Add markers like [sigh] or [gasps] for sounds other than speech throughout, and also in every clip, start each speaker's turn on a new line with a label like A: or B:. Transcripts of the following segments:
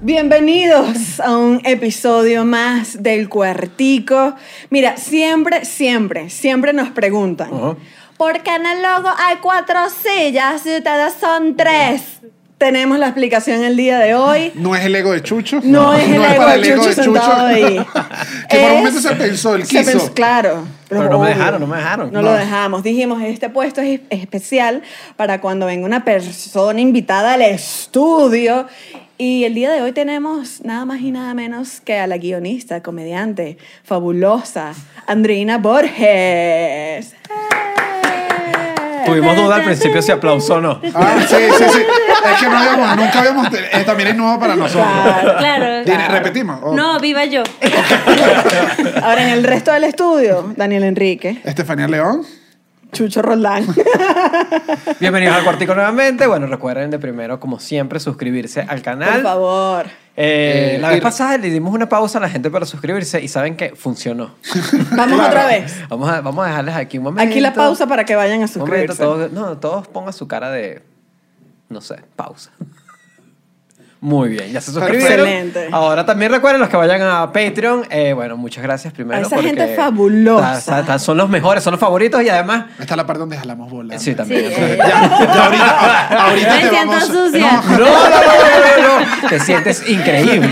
A: Bienvenidos a un episodio más del Cuartico. Mira, siempre, siempre, siempre nos preguntan,
B: Ajá.
A: ¿por qué en el logo hay cuatro sillas y ustedes son tres? Tenemos la explicación el día de hoy.
B: No es el ego de Chucho.
A: No, es el ego
B: para
A: de Chucho sentado ahí.
B: [laughs] que por
A: Es-
B: un momento se pensó, él
A: se
B: quiso.
A: pensó- claro.
C: Pero no me
A: obvio.
C: dejaron, no me dejaron.
A: No,
C: No.
A: lo dejamos. Dijimos, este puesto es es especial para cuando venga una persona invitada al estudio. Y el día de hoy tenemos nada más y nada menos que a la guionista, comediante, fabulosa, Andreina Borges.
C: Tuvimos duda al principio si aplauso o no.
B: Ah, sí, sí, sí. Es que no habíamos, nunca habíamos. eh, también es nuevo para nosotros.
A: Claro.
C: [laughs]
D: Claro.
B: Dile,
A: Claro.
B: repetimos. Oh,
D: No, viva yo.
A: Ahora en el resto del estudio, Daniel Enrique,
B: Estefanía León.
A: Chucho Roldán.
C: Bienvenidos al Cuartico nuevamente. Bueno, recuerden de primero, como siempre, suscribirse al canal.
A: Por favor.
C: Eh,
B: Eh,
C: la vez
B: ir-
C: pasada le dimos una pausa a la gente para suscribirse y saben que funcionó.
A: Vamos
B: Claro.
A: otra vez.
C: Vamos a, vamos a dejarles aquí un momento.
A: Aquí la pausa para que vayan a
C: Un momento,
A: suscribirse.
C: todos, no, todos pongan su cara de, no sé, pausa. Muy bien, ya se suscribieron.
A: Excelente.
C: Ahora también recuerden los que vayan a Patreon. eh, bueno, muchas gracias primero.
A: A esa
C: porque
A: gente fabulosa.
C: ta- ta- ta- son los mejores, son los favoritos y además... eh,
B: Esta es la parte donde jalamos bola.
C: Sí, también.
D: Sí,
B: Ya, ya ahorita, ahorita
D: Me
B: te
D: siento
B: vamos-
A: [laughs]
D: sucia.
C: No,
B: No,
C: no, no, no, no, no. Te
A: [laughs]
C: sientes increíble.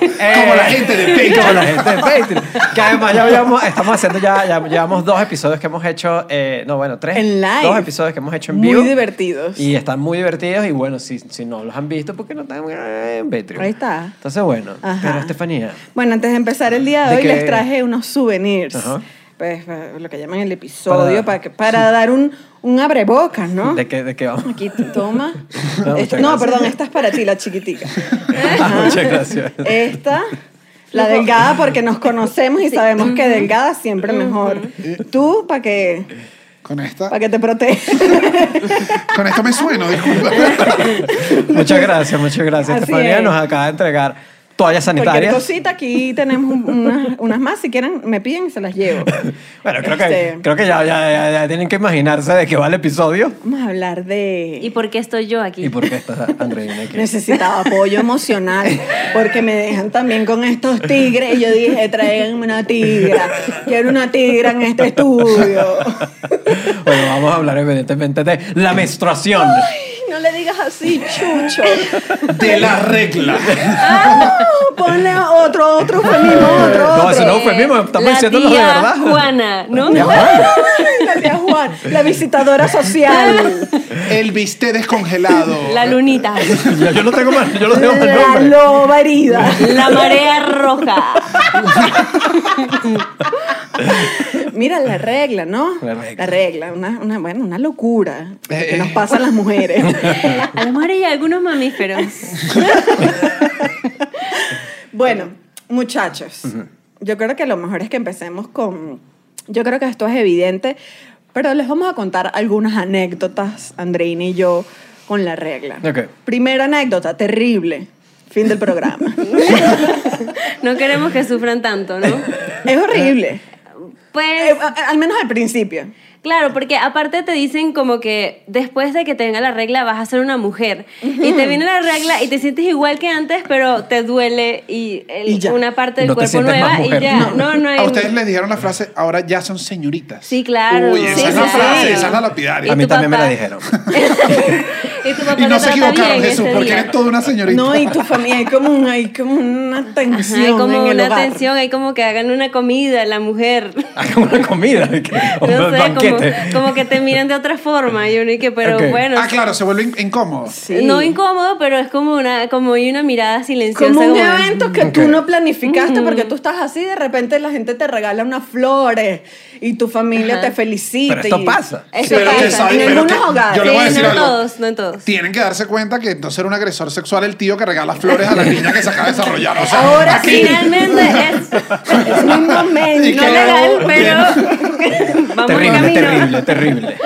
B: Como la gente de Patreon.
C: Como la gente de Patreon. Que además ya llevamos, estamos haciendo ya, ya llevamos dos episodios que hemos hecho, eh, no, bueno, tres.
A: En live.
C: Dos episodios que hemos hecho en
A: Muy
C: vivo.
A: divertidos.
C: Y están muy divertidos y bueno, si, si no los han visto, ¿por qué no están eh, en Patreon?
A: Ahí está.
C: Entonces, bueno,
A: Ajá.
C: pero Estefanía,
A: Bueno, antes de empezar el día de,
C: ¿De
A: hoy
C: qué?
A: les traje unos souvenirs.
C: Ajá.
A: Pues, eh, lo que llaman el episodio,
C: Para-
A: para, que- para dar un, un abrebocas, ¿no?
C: ¿de qué, de qué vamos?
A: Aquí toma.
C: [laughs]
A: Esto-
C: No, muchas
A: no,
C: gracias.
A: perdón, esta es para ti, la
C: [laughs]
A: chiquitica. Ajá.
C: Ah, Muchas
A: [laughs]
C: gracias.
A: Esta, la delgada, porque nos conocemos y sabemos que delgada siempre mejor. Tú, para que,
B: Con esta.
A: para que te
C: [laughs]
A: protejas.
B: Con esto me sueno, disculpa.
C: Muchas gracias, muchas gracias.
A: Así
C: Estefanía
A: es.
C: nos acaba de entregar toallas
A: Cualquier
C: sanitarias.
A: cosita, aquí tenemos un- unas, unas más. Si quieren, me piden y se las
C: [laughs]
A: llevo.
C: Bueno, creo que,
A: Este,
C: creo que ya, ya- ya- ya tienen que imaginarse de qué va el episodio.
A: Vamos a hablar de...
D: ¿Y por qué estoy yo aquí?
C: ¿Y por qué está Andreina aquí?
A: Necesitaba apoyo emocional porque me dejan también con estos tigres y yo dije, tráiganme una tigra, quiero una tigra en este estudio.
C: Bueno, vamos a hablar evidentemente de la menstruación.
A: Ay, [laughs] No le digas así, chucho.
B: [laughs] De la regla.
A: Ah, No, ponle otro, otro eufemismo, otro,
C: no,
A: otro.
C: eso no fue mismo, estamos
D: La
C: diciéndolo de
D: tía
C: verdad.
D: Juana, ¿no?
C: Mi amor.
A: Ay, la tía Juan, la visitadora social,
B: El bistec descongelado.
D: La lunita.
C: Yo, yo no tengo más, yo [laughs] no tengo más
A: la
C: nombre.
A: loba herida.
D: La marea roja.
A: Mira la regla, ¿no?
C: La regla.
A: La regla, una, una- bueno, una locura
B: Eh,
A: que nos
B: eh.
A: pasa a las
C: [laughs]
A: mujeres.
D: A lo mejor hay algunos mamíferos.
A: [laughs] Bueno, muchachos, yo creo que lo mejor es que empecemos con. Yo creo que esto es evidente, pero les vamos a contar algunas anécdotas, Andreina y yo, con la regla.
C: Ok.
A: Primera anécdota, terrible. Fin del programa.
D: No queremos que sufran tanto, ¿no?
A: es horrible. Eh,
D: Pues,
A: a- a- al menos al principio.
D: claro, porque aparte te dicen como que después de que te venga la regla vas a ser una mujer. Y te viene la regla y te sientes igual que antes, pero te duele y, el-
A: Y ya.
D: una parte del
C: No te
D: cuerpo
C: sientes más
D: nueva y
C: mujer.
D: ya.
C: No.
D: No, no, hay...
B: A ustedes les dijeron la frase, ahora ya son señoritas.
D: Sí, claro.
B: Uy, esa
D: Sí,
B: es la
D: sí,
B: frase,
D: sí.
B: esa es la
D: ¿Y
C: A
B: lapidaria.
C: mí
D: tu
C: también me la
D: papá?
C: dijeron.
D: y tu papá
B: Y no se
D: te trata
B: equivocaron,
D: bien
B: Jesús,
D: ese
B: porque
D: día.
B: eres toda una señorita.
A: No, y tu familia, hay como, un- hay como una
D: Ajá,
A: tensión
D: hay como
A: en el
D: una
A: hogar.
D: tensión, hay como que hagan una comida la mujer. [laughs]
C: Hagan una comida, que-
D: No
C: un
D: sé, como,
C: banquete.
D: como que te miran de otra forma. Y uno y que, pero
C: Ok.
D: bueno.
B: Ah, claro, se vuelve in- incómodo.
A: Sí.
D: No incómodo, pero es como una, como hay una mirada silenciosa.
A: Como un
D: como de-
A: evento que tú
C: Ok.
A: no planificaste porque tú estás así, de repente la gente te regala unas flores y tu familia te felicita.
C: Pero esto
A: y-
C: pasa.
D: Eso
B: Pero que
D: pasa.
B: sabe-
A: en
B: pero
A: algunos
B: que-
A: hogares.
B: yo le voy a
D: Sí,
B: decir
D: no
C: [laughs]
D: en
B: algo.
D: todos, no en todos.
B: Tienen que darse cuenta que entonces era un agresor sexual el tío que regala flores a la niña que se acaba de desarrollar. O sea,
A: Ahora
B: aquí-
A: sí.
B: [laughs]
D: Finalmente es
A: Es mi momento.
B: Y
D: no
B: que-
D: legal,
B: Bien.
D: pero [laughs] vamos en
C: terrible,
D: camino.
C: terrible, terrible.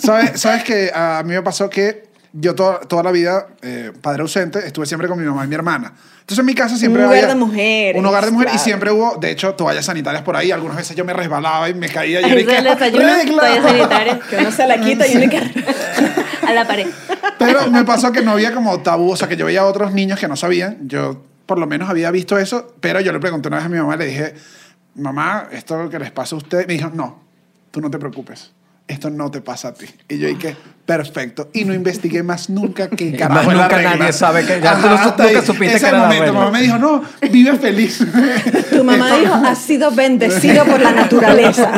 B: ¿Sabes, sabes que a mí me pasó que yo to- toda la vida, eh, padre ausente, estuve siempre con mi mamá y mi hermana. Entonces en mi casa siempre
A: Un hogar
B: había
A: de mujeres,
B: Un hogar de mujeres
A: claro.
B: y siempre hubo, de hecho, toallas sanitarias por ahí. Algunas veces yo me resbalaba y me caía. Y
D: Eso
B: yo dije,
D: es el desayuno,
B: "¡Regla!".
C: [laughs]
D: toallas sanitarias.
A: Que uno se la quita y uno que...
D: A la pared.
B: Pero me pasó que no había como tabú, o sea, que yo veía a otros niños que no sabían. Yo por lo menos había visto eso, pero yo le pregunté una vez a mi mamá, le dije, mamá, esto que les pasa a ustedes. Me dijo, no, tú no te preocupes. Esto no te pasa a ti. Y yo dije, perfecto. Y no investigué más nunca que
C: más
B: carajo era la
C: nunca
B: regla.
C: nadie sabe que- ya tú no su-
B: hasta
C: nunca
B: ahí.
C: supiste
B: Ese
C: que era la
B: momento,
C: regla.
B: mamá me dijo, no, vive
D: [laughs]
B: feliz.
A: Tu mamá
B: Esto-
A: dijo, has sido bendecido por la naturaleza.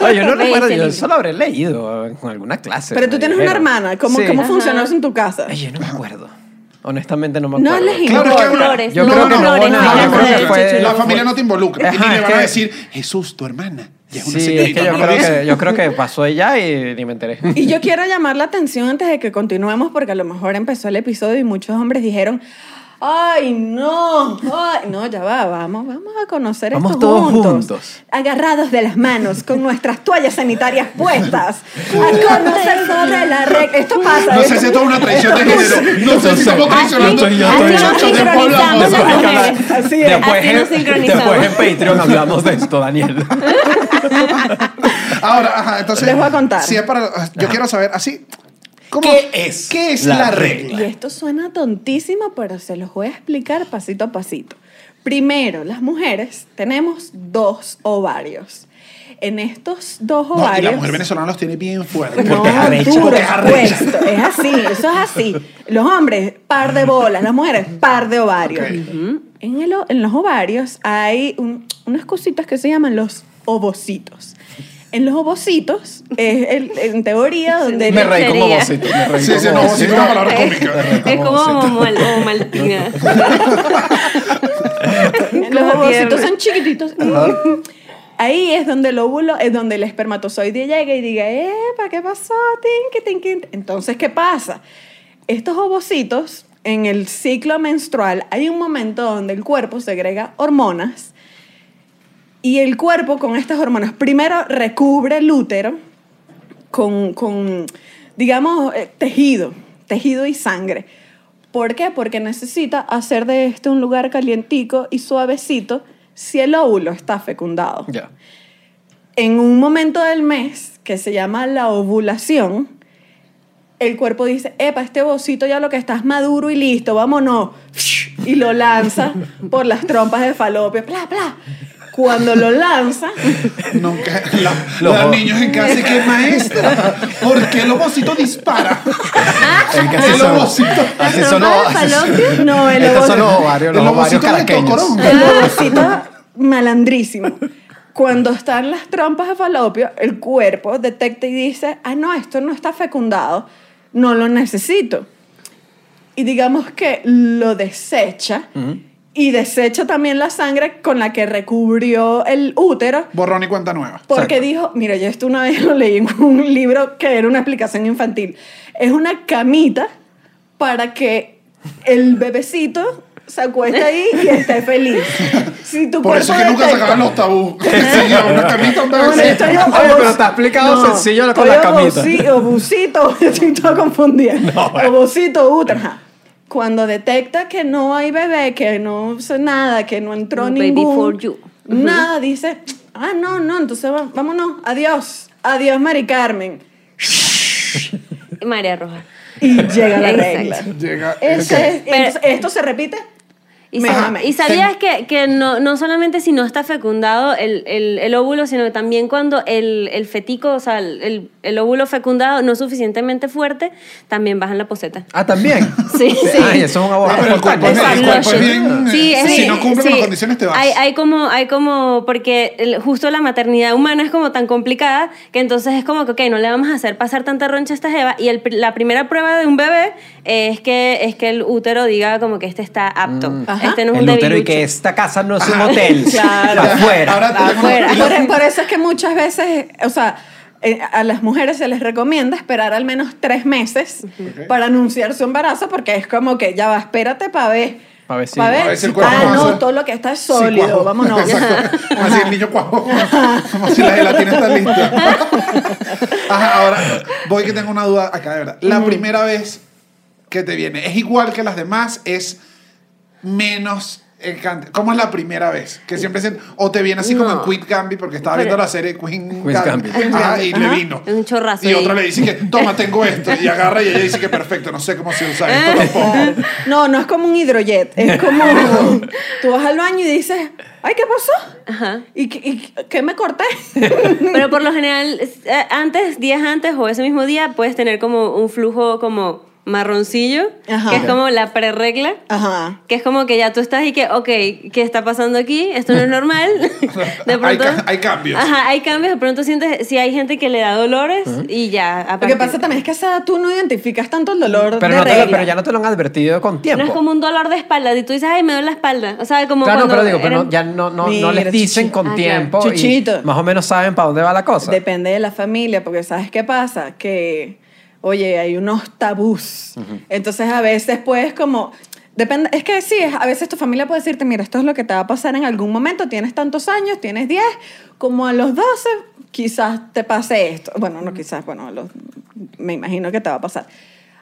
C: Ay, yo no
D: Ve
C: recuerdo,
D: ese
C: yo
D: libro.
C: eso lo habré leído eh, en alguna clase.
A: Pero
C: me
A: tú tienes una
C: dijeron.
A: hermana. ¿Cómo,
C: Sí.
A: ¿cómo
D: Ajá.
A: funcionó eso en tu casa?
C: Ay, yo no me acuerdo. Honestamente no me
A: No
C: acuerdo.
A: les
B: [laughs] Claro, es que
A: importa.
B: una-
D: Flores,
C: Yo
D: no,
C: creo que no,
D: flores,
C: no,
D: no,
C: yo creo que
D: flores,
C: fue-
B: La familia no te involucra.
C: Ajá, es
B: y le van a
C: que-
B: decir, Jesús, tu hermana. Ya es
C: Sí,
B: una
C: es
B: señorita,
C: que yo
B: ¿no lo
C: creo
B: dice?
C: que, yo creo que pasó ella y ni me enteré.
A: Y yo quiero llamar la atención antes de que continuemos, porque a lo mejor empezó el episodio y muchos hombres dijeron, ¡ay, no! ¡Ay, no, ya va! Vamos, vamos a conocer
C: Vamos
A: esto
C: todos
A: juntos,
C: juntos.
A: Agarrados de las manos, con nuestras toallas sanitarias puestas, a conocer sobre la regla. Esto pasa.
B: No
A: ¿eh?
B: sé si esto es una traición de género. No sé si estamos traicionando.
D: Así-
B: a
D: así
B: los
D: nos
B: muchachos de Puebla.
D: sincronizamos las mujeres.
A: Así es.
C: Después,
D: Así nos
C: en,
D: sincronizamos.
C: después en Patreon hablamos de esto, Daniel.
B: Ahora, ajá, entonces.
A: Les voy a contar.
B: Si es para, yo quiero saber, así. ¿cómo-
C: ¿Qué es
B: ¿Qué es
C: la
B: la,
C: regla?
B: regla?
A: Y esto suena tontísimo, pero se los voy a explicar pasito a pasito. Primero, las mujeres tenemos dos ovarios. En estos dos
B: No, y la
A: ovarios...
B: mujer venezolana los tiene bien fuertes.
A: No,
B: porque es arrecha.
A: duro, pues.
B: porque es arrecha.
A: [laughs] puesto. Es así, eso es así. Los hombres, par de bolas, las mujeres, par de ovarios.
B: Ok.
A: Ujú. En, el o- en los ovarios hay un- unas cositas que se llaman los ovocitos. En los ovocitos, es el- en teoría, donde...
C: Me reí como
D: Sería.
C: vosito. me reí
B: Sí, sí,
C: como
B: no,
C: vosito.
B: sí, es una palabra
D: Es
B: cómica.
D: como mal, como [laughs] maltina.
A: Los
D: Como
A: ovocitos
D: tierno.
A: son chiquititos. [laughs] Ahí es donde el óvulo, es donde el espermatozoide llega y diga, ¿para ¿qué pasó? Tinqui, tinqui". Entonces, ¿qué pasa? Estos ovocitos, en el ciclo menstrual, hay un momento donde el cuerpo segrega hormonas y el cuerpo con estas hormonas primero recubre el útero con, con, digamos, eh, tejido, tejido y sangre. ¿Por qué? Porque necesita hacer de este un lugar calientico y suavecito si el óvulo está fecundado.
C: Ya.
A: En un momento del mes que se llama la ovulación, el cuerpo dice, epa, este bocito ya lo que estás maduro y listo, vámonos. [laughs] Y lo lanza por las trompas de falopio, bla, bla. Cuando lo lanza,
B: Nunca. la-
C: Los-
B: los niños en casa y que maestra. ¿Por qué el ovocito
C: [laughs]
B: dispara? [laughs]
C: El que
B: El
C: son-
B: ovocito.
C: Así
D: ¿La
C: son
D: trompa
C: los-
D: de falopio?
A: no, el
C: Estos son
A: ovocito-
C: los ovarios, los
B: El
C: ovarios
B: ovocito de
C: caraqueños.
B: Tocorón.
A: El ovocito malandrísimo. Cuando están las trompas de falopio, el cuerpo detecta y dice, ah, no, esto no está fecundado, no lo necesito. Y digamos que lo desecha y desecha también la sangre con la que recubrió el útero.
B: Borrón y cuenta nueva.
A: Porque
C: Exacto.
A: dijo, mira, yo esto una vez lo leí en un libro que era una explicación infantil. Es una camita para que el bebecito se acueste ahí y esté feliz. Si tu
B: Por eso es
A: cuerpo
B: que nunca
A: detecta-
B: sacaban
A: [laughs]
B: los tabú. Enseguida, una camita, un
A: No, bueno,
B: bebecito.
A: estoy yo-
C: Oye, pero te ha explicado sencillo lo con la
A: estoy
C: camita.
A: oboci- obusito, [laughs] yo estoy toda confundida.
C: bueno.
A: Obusito, útero, ajá. Cuando detecta que no hay bebé, que no sé nada, que no entró
D: No baby
A: ningún...
D: for you. Ujú.
A: Nada, dice, ah, no, no, entonces va- vámonos, adiós, adiós Mari Carmen.
D: María Roja.
A: Y llega la
D: Exacto.
A: regla. [laughs]
B: Llega.
A: Eso
B: ok.
A: es- entonces, esto se repite.
D: Y,
A: Me
D: sa-
A: mames.
D: y sabías que, que no, no solamente si no está fecundado el, el- el óvulo, sino que también cuando el, el fetico, o sea, el, el- el óvulo fecundado no es suficientemente fuerte, también bajan la poseta.
C: Ah, también.
D: Sí, sí.
C: Ay, eso es un abogado.
B: Ah, pero el cuerpo es-
C: espontáneo.
B: el cuerpo es bien.
D: Sí,
B: eh,
D: es-
B: Si no cumple con
D: sí.
B: las condiciones, te vas.
D: Hay, hay como, hay como, porque el- justo la maternidad humana es como tan complicada que entonces es como que, ok, no le vamos a hacer pasar tanta roncha a esta jeva y el pri- la primera prueba de un bebé es que, es que el útero diga como que este está apto.
B: Mm.
A: Ajá.
D: Este no es un
C: El útero y
D: debilucho.
C: que esta casa no es un hotel.
A: Claro.
C: Afuera.
B: Ahora te tengo una-
D: Afuera.
B: yo-
A: Por, por eso es que muchas veces, o sea, eh, a las mujeres se les recomienda esperar al menos tres meses para anunciar su embarazo, porque es como que ya va, espérate para ver.
C: Pa' ver si-
A: pa'
B: pa' ver si el cuerpo
A: ah, no,
B: avanza.
A: todo lo que está es
B: Sí,
A: sólido,
B: cuajó.
A: vámonos. [laughs]
B: [laughs] Exacto. Como si el niño cuajó. Como si la gelatina está lista. Ajá, ahora voy que tengo una duda acá, de verdad. La primera vez que te viene, ¿es igual que las demás? ¿Es menos encanta. ¿Cómo es la primera vez? Que siempre dicen, o te viene así como
D: No.
B: en Queen Gambit, porque estaba
D: Pero-
B: viendo la serie Queen,
C: Queen's
B: Gambit.
C: Gambit.
B: Ah, y le
A: Ajá.
B: vino.
D: Es un chorrazo
B: Y otro
D: ahí.
B: le dice que, toma, tengo esto. Y agarra y ella dice que perfecto, no sé cómo se usa esto tampoco.
A: No, no es como un hidrojet.
C: [laughs]
A: Es como. tú vas al baño y dices, ay, ¿qué pasó?
D: Ajá.
A: ¿Y, qué- y qué me
C: [laughs]
A: corté?
D: Pero por lo general, es- eh, antes, días antes o ese mismo día, puedes tener como un flujo como marroncillo,
A: Ajá.
D: que es como la pre-regla.
A: Ajá.
D: Que es como que ya tú estás y que, ok, ¿qué está pasando aquí? Esto no
C: [laughs]
D: es normal. De
B: Hay
D: pronto,
B: ca- hay cambios.
D: Ajá, hay cambios. De pronto sientes si hay gente que le da dolores y ya. a
A: Lo que
D: partir-
A: pasa también es que a esa edad tú no identificas tanto el dolor
C: Pero,
A: de
C: no te lo-
A: regla.
C: pero ya no te lo han advertido con tiempo.
D: No es como un dolor de espalda. Y tú dices, ay, me duele la espalda. O sea, como.
C: Claro, no,
D: cuando
C: pero digo, pero
D: eran-
C: no, ya no, no, no
A: Mira,
C: les dicen
A: chuchi-
C: con
D: Ah,
C: tiempo.
A: claro.
C: y
A: Chuchito.
C: más o menos saben para dónde va la cosa.
A: Depende de la familia, porque ¿sabes qué pasa? Que, oye, hay unos tabús. Entonces, a veces puedes como... Depende, es que sí, es- a veces tu familia puede decirte, mira, esto es lo que te va a pasar en algún momento, tienes tantos años, tienes 10, como a los 12 quizás te pase esto. Bueno, no quizás, bueno, a los, me imagino que te va a pasar.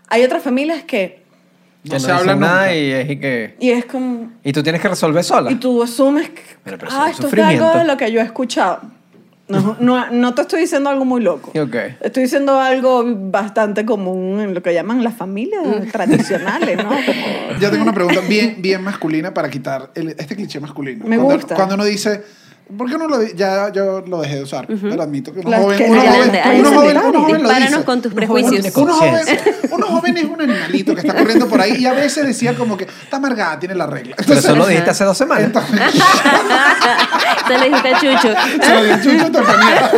A: Hay otras familias que...
C: Que
B: No se
C: dicen
B: habla nunca.
C: nada y, es y que...
A: Y es como...
C: Y tú tienes que resolver sola.
A: Y tú asumes que...
C: Pero, pero eso
A: ah,
C: es
A: esto
C: un
A: es de algo
C: sufrimiento.
A: de lo que yo he escuchado.
C: [laughs]
A: No, no, no te estoy diciendo algo muy loco.
C: Ok.
A: Estoy diciendo algo bastante común en lo que llaman las familias [laughs] tradicionales, ¿no? Como-
B: Yo tengo una pregunta bien, bien masculina para quitar el- este cliché masculino.
A: Me
B: cuando,
A: gusta.
B: Cuando uno dice, ¿por qué no lo di-?" Ya yo lo dejé de usar, pero admito que uno
A: Las
B: joven,
A: que-
B: uno
D: Adelante,
B: joven,
D: adelante.
B: uno joven, uno joven lo
D: Dispáranos
B: dice.
D: con tus
C: Uno joven no
D: prejuicios.
C: tiene
B: Uno joven,
C: conciencia.
B: uno joven es un animalito que está corriendo por ahí y a veces decía como que está amargada, tiene la regla.
C: Pero eso lo
D: Ajá.
C: dijiste hace dos semanas.
B: Entonces,
D: [laughs] Se le dijiste a Chucho.
B: se lo di a Chucho Estefanía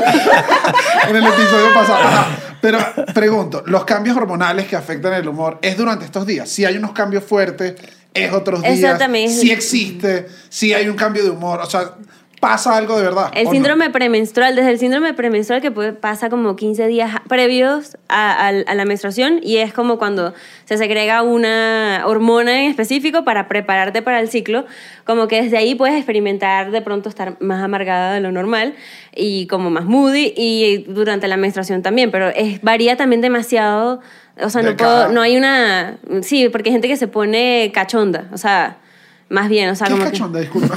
B: en el episodio pasado. Ajá. Pero pregunto, los cambios hormonales que afectan el humor es durante estos días. Si hay unos cambios fuertes, es otros días.
D: Exactamente.
B: Si existe, si hay un cambio de humor, o sea, pasa algo de verdad.
D: El
B: ¿o no?
D: síndrome premenstrual, desde el síndrome premenstrual que puede- pasa como 15 días previos a, a- a la menstruación y es como cuando se segrega una hormona en específico para prepararte para el ciclo, como que desde ahí puedes experimentar de pronto estar más amargada de lo normal y como más moody y durante la menstruación también, pero es, varía también demasiado, o sea,
B: De
D: no, puedo-
B: cada-
D: no hay una... Sí, porque hay gente que se pone cachonda, o sea, más bien, o sea,
B: ¿Qué es
D: como... que-
B: cachonda?
D: [laughs]
B: Disculpa.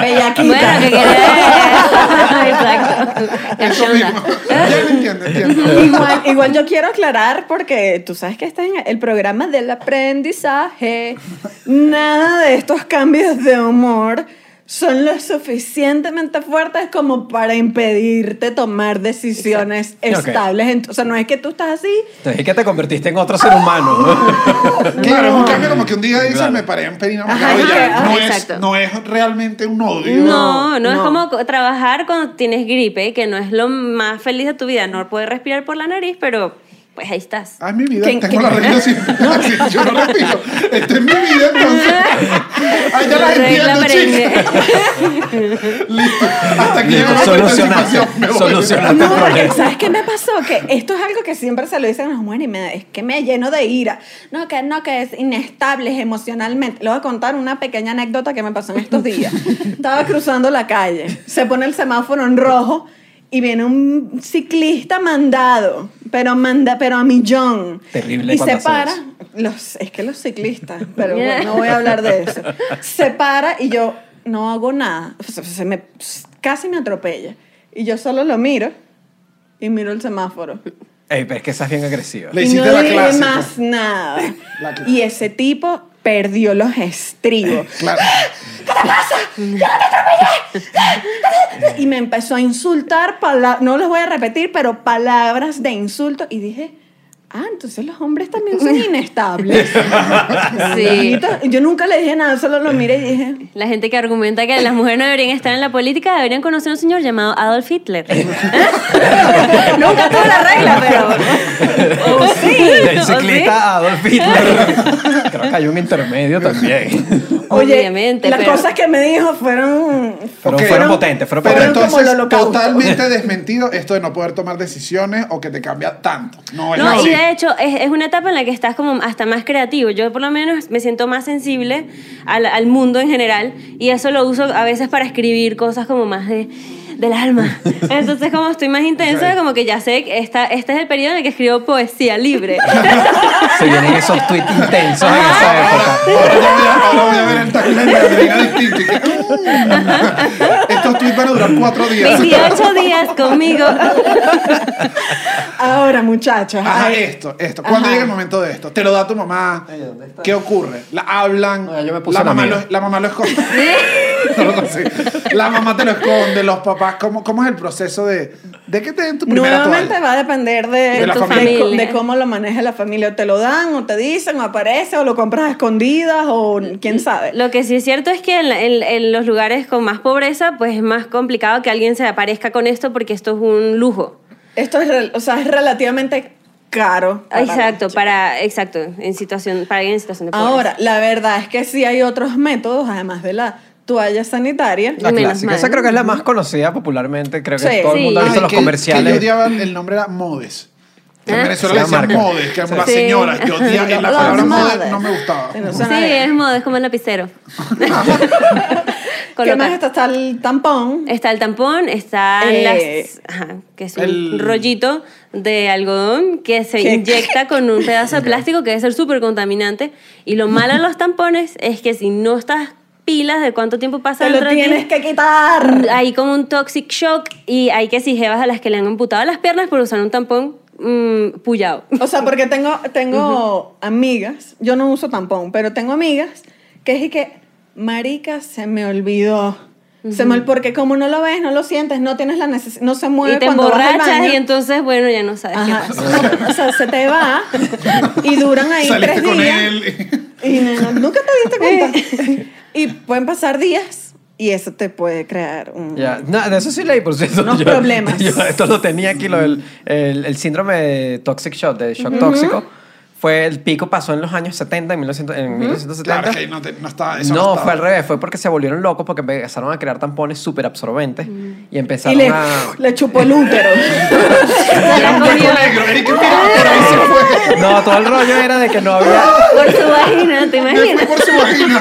A: Bellaquita.
D: bueno, que [laughs] quería- Exacto.
B: Eso mismo. Ya lo entiendo, entiendo.
A: Igual, igual yo quiero aclarar porque tú sabes que este es el programa del aprendizaje. Nada de estos cambios de humor son lo suficientemente fuertes como para impedirte tomar decisiones
C: Exacto. Ok.
A: estables. Ent- O sea, no es que tú estás así
C: Entonces es que te convertiste en otro ser humano. [laughs]
B: Claro, es un cambio como que un día dices,
C: Claro.
B: me paré en Perina
A: Ajá,
B: Mercado y ya.
D: ajá,
B: No
D: exacto.
B: es, no es realmente un odio.
D: No, no, es
A: no.
D: como co- trabajar cuando tienes gripe, que no es lo más feliz de tu vida. No puedes respirar por la nariz, pero pues ahí estás.
B: Ah, es mi vida,
A: ¿Qué-
B: tengo
A: qué-
B: la regla así, así, yo [laughs] no respiro. Esta es mi vida, [laughs] entonces.
D: [laughs]
B: Ah, ya la
D: regla
B: entiendo,
D: perenne.
B: [laughs] chicos. Listo. Hasta aquí llegó la
C: Solucionaste.
B: participación. Me voy.
C: Solucionaste el
A: No, porque
C: problema.
A: ¿sabes qué me pasó? Que esto es algo que siempre se lo dicen a las mujeres y me da- es que me lleno de ira. No, que no, que es inestable emocionalmente. Le voy a contar una pequeña anécdota que me pasó en estos días. Estaba cruzando la calle, se pone el semáforo en rojo y viene un ciclista mandado, pero manda, pero a millón.
C: Terrible
A: Y
C: cuando
A: se
C: hacen
A: para.
C: eso.
A: Los, es que los ciclistas, pero bueno, no voy a hablar de eso. Se para y yo no hago nada. Se- se me, casi me atropella. Y yo solo lo miro y miro el semáforo.
C: Ey, pero es que esa es bien agresiva.
B: Le
A: y no
B: hiciste la
A: dije
B: clásica.
A: más nada.
B: La clásica.
A: Y ese tipo perdió los estribos.
B: Claro.
A: Y me empezó a insultar, pala- no los voy a repetir, pero palabras de insulto. Y dije, ah, entonces los hombres también son inestables.
D: Sí.
A: Y Yo nunca le dije nada, solo lo miré y dije,
D: La gente que argumenta que las mujeres no deberían estar en la política deberían conocer a un señor llamado Adolf Hitler.
B: [laughs]
A: [laughs]
D: Nunca tuvo la regla,
C: [laughs]
D: [laughs] pero. O sí.
C: El
D: o sí.
C: ciclista Adolf Hitler. Creo que hay un intermedio
D: [laughs]
C: también.
A: Oye,
D: Obviamente,
A: las
D: pero-
A: cosas que me dijo fueron...
C: Pero
B: Ok.
C: fueron potentes, fueron
B: Pero
A: Fueron como
C: potentes.
A: el
B: entonces,
A: holocausto.
B: totalmente [laughs] desmentido esto de no poder tomar decisiones o que te cambia tanto. No es
D: No, y
B: así.
D: de hecho es, es una etapa en la que estás como hasta más creativo. Yo por lo menos me siento más sensible al, al mundo en general y eso lo uso a veces para escribir cosas como más de...
B: [laughs]
D: del alma. Entonces, como estoy más intensa,
B: Ok.
D: como que ya sé que esta, este es el periodo en el que escribo
B: [laughs]
D: poesía libre. [laughs]
C: Se vienen esos tweets intensos en esa época.
B: Ahora ya voy a- ahora voy a ver el timeline de Andreina distinto. y que, mm, [laughs] Estos tweets van a durar cuatro días.
D: 28 días conmigo.
A: [laughs] Ahora, muchachos.
B: Ajá, este,
A: ay,
B: Ah, esto, esto. ¿Cuándo
A: Ajá.
B: llega el momento de esto? Te lo da tu mamá.
C: Ay, ¿dónde está?
B: ¿Qué ocurre? La hablan.
C: No, yo me puse
B: la,
C: la
B: mamá
C: mía.
B: lo, la mamá lo esconde. [laughs] No lo consigo. La mamá te lo esconde, los papás. ¿Cómo, cómo es el proceso de, de que te den tu primera
A: Nuevamente
B: toalla?
A: va a depender de,
B: De la
A: tu
B: familia.
A: co- de cómo lo maneja la familia. O te lo dan, o te dicen, o aparece, o lo compras a escondidas, o quién sabe.
D: Lo que sí es cierto es que en, la- en- en los lugares con más pobreza, pues es más complicado que alguien se aparezca con esto porque esto es un lujo.
A: Esto es, rel- o sea, es relativamente caro. para las
D: Exacto,
A: chicas.
D: para, exacto, en situación, para alguien en situación de pobreza.
A: Ahora, la verdad es que sí hay otros métodos, además de la toalla sanitaria.
C: La
D: Menos
C: clásica.
D: mal.
C: Esa creo que es la más conocida popularmente. Creo que
A: Sí.
C: todo el
D: Sí.
C: mundo ha visto
B: Ay,
C: los
B: que- Que yo
C: comerciales.
B: odiaba el nombre era Modes. Que en
D: ¿Ah?
B: Venezuela
C: Sí,
B: le
C: la
B: decían
C: marca.
B: Modes, que
C: Sí.
B: las señoras. Yo odiaba en la
A: Los
B: palabra Modes,
A: modes.
B: no me gustaba.
A: Que no
D: Sí,
A: suena bien.
D: es moda, es como el lapicero.
A: [laughs] ¿Qué más
D: Coloca-
A: está? Está el tampón.
D: Está el tampón, está
A: Eh,
D: las, ajá, que es un
B: el-
D: rollito de algodón que se
A: ¿Qué?
D: inyecta con
A: [laughs]
D: un pedazo de plástico que debe ser súper contaminante. Y lo malo de los tampones es que si no estás pilas de cuánto tiempo pasa
A: Te lo
D: dentro de ti,
A: tienes que quitar.
D: hay como un toxic shock y hay que si jevas a las que le han amputado las piernas por usar un tampón mm, pullado.
A: O sea, porque tengo, tengo amigas, yo no uso tampón, pero tengo amigas que es y que, marica, se me olvidó. Se me ol- porque como no lo ves, no lo sientes, no tienes la necesidad, no se mueve
D: Y te
A: cuando vas al
D: emborrachas
A: baño.
D: y entonces, bueno, ya no sabes qué
A: Ajá.
D: pasa.
A: O sea, se te va y duran ahí
B: Saliste
A: tres
B: con
A: días.
B: él. [laughs]
A: Y no, no, nunca
D: [laughs]
A: te diste cuenta. y pueden pasar días y eso te puede crear un...
C: Ya, no, de eso sí leí, por cierto.
A: Unos
C: Yo-
A: problemas.
C: [laughs] yo esto lo tenía aquí, lo del- el, el síndrome de toxic shock, de shock tóxico. Fue el pico, pasó en los años 70, en, 1900 en 1970.
B: Claro, es que no, te- no estaba. Eso no,
C: no,
B: estaba.
C: fue al revés, fue porque se volvieron locos porque empezaron a crear tampones súper absorbentes y
A: Y
C: empezaron
A: le, [laughs]
C: a...
A: le chupó el útero.
B: [laughs]
D: Se la Ah,
B: Era un hueco
D: comió
B: negro. Eric, mira, pero ahí se fue.
C: No, todo el rollo era de que no había...
D: por su vagina, ¿te
B: Me fue
D: imaginas?
B: por su vagina.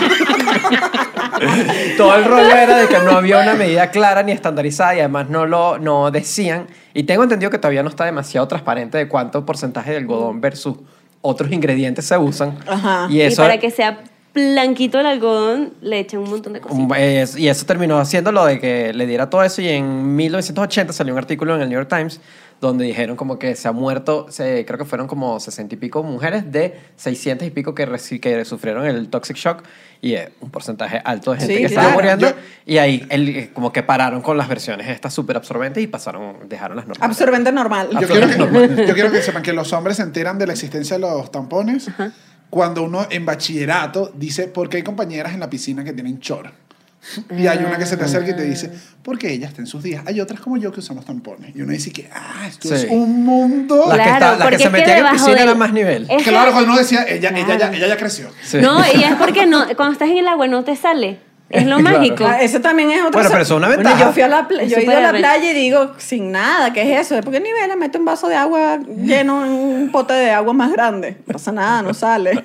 C: Todo el rollo era de que no había una medida clara ni estandarizada y además no lo no decían. Y tengo entendido que todavía no está demasiado transparente de cuánto porcentaje de algodón versus otros ingredientes se usan.
A: Ajá.
C: Y
D: Y
C: eso,
D: para que sea blanquito el algodón, le echan un montón de cositas.
C: um, es- y eso terminó haciendo lo de que le diera todo eso. Y en 1980 salió un artículo en el New York Times donde dijeron como que se ha muerto, se, creo que fueron como 60 y pico mujeres de 600 y pico que, reci- que sufrieron el toxic shock y eh, un porcentaje alto de gente
A: Sí,
C: que estaba
A: claro.
C: muriendo.
B: Yo-
C: Y ahí el- como que pararon con las versiones estas súper absorbentes y pasaron, dejaron las normales.
A: Absorbente normal.
B: Yo quiero, que, yo quiero que sepan que los hombres se enteran de la existencia de los tampones cuando uno en bachillerato dice, porque hay compañeras en la piscina que tienen chor. Y hay una que se te acerca y te dice, porque ella está en sus días. Hay otras como yo que usamos tampones. Y uno dice que, ah, esto
C: Sí.
B: es un mundo.
C: Las que estaban- las que
D: porque
C: se
D: es
C: metían en
D: debajo
C: piscina
D: del-
C: era más nivel.
D: es que-
B: Claro, cuando uno decía, ella, ella, ya,
D: Claro.
B: ella ya creció.
C: Sí. [laughs]
D: No, y es porque no, cuando estás en el agua no te sale. Es lo
C: Claro.
D: mágico.
A: Ah, eso también es otra
C: Bueno, pero eso es una ventaja.
A: yo fui a la pla-
D: Es
A: yo he ido
D: súper
A: a la
D: arrecho.
A: playa y digo, sin nada, ¿qué es eso? ¿Por qué nivela? Mete un vaso de agua lleno en un pote de agua más grande. No pasa nada, no
C: [laughs]
A: sale.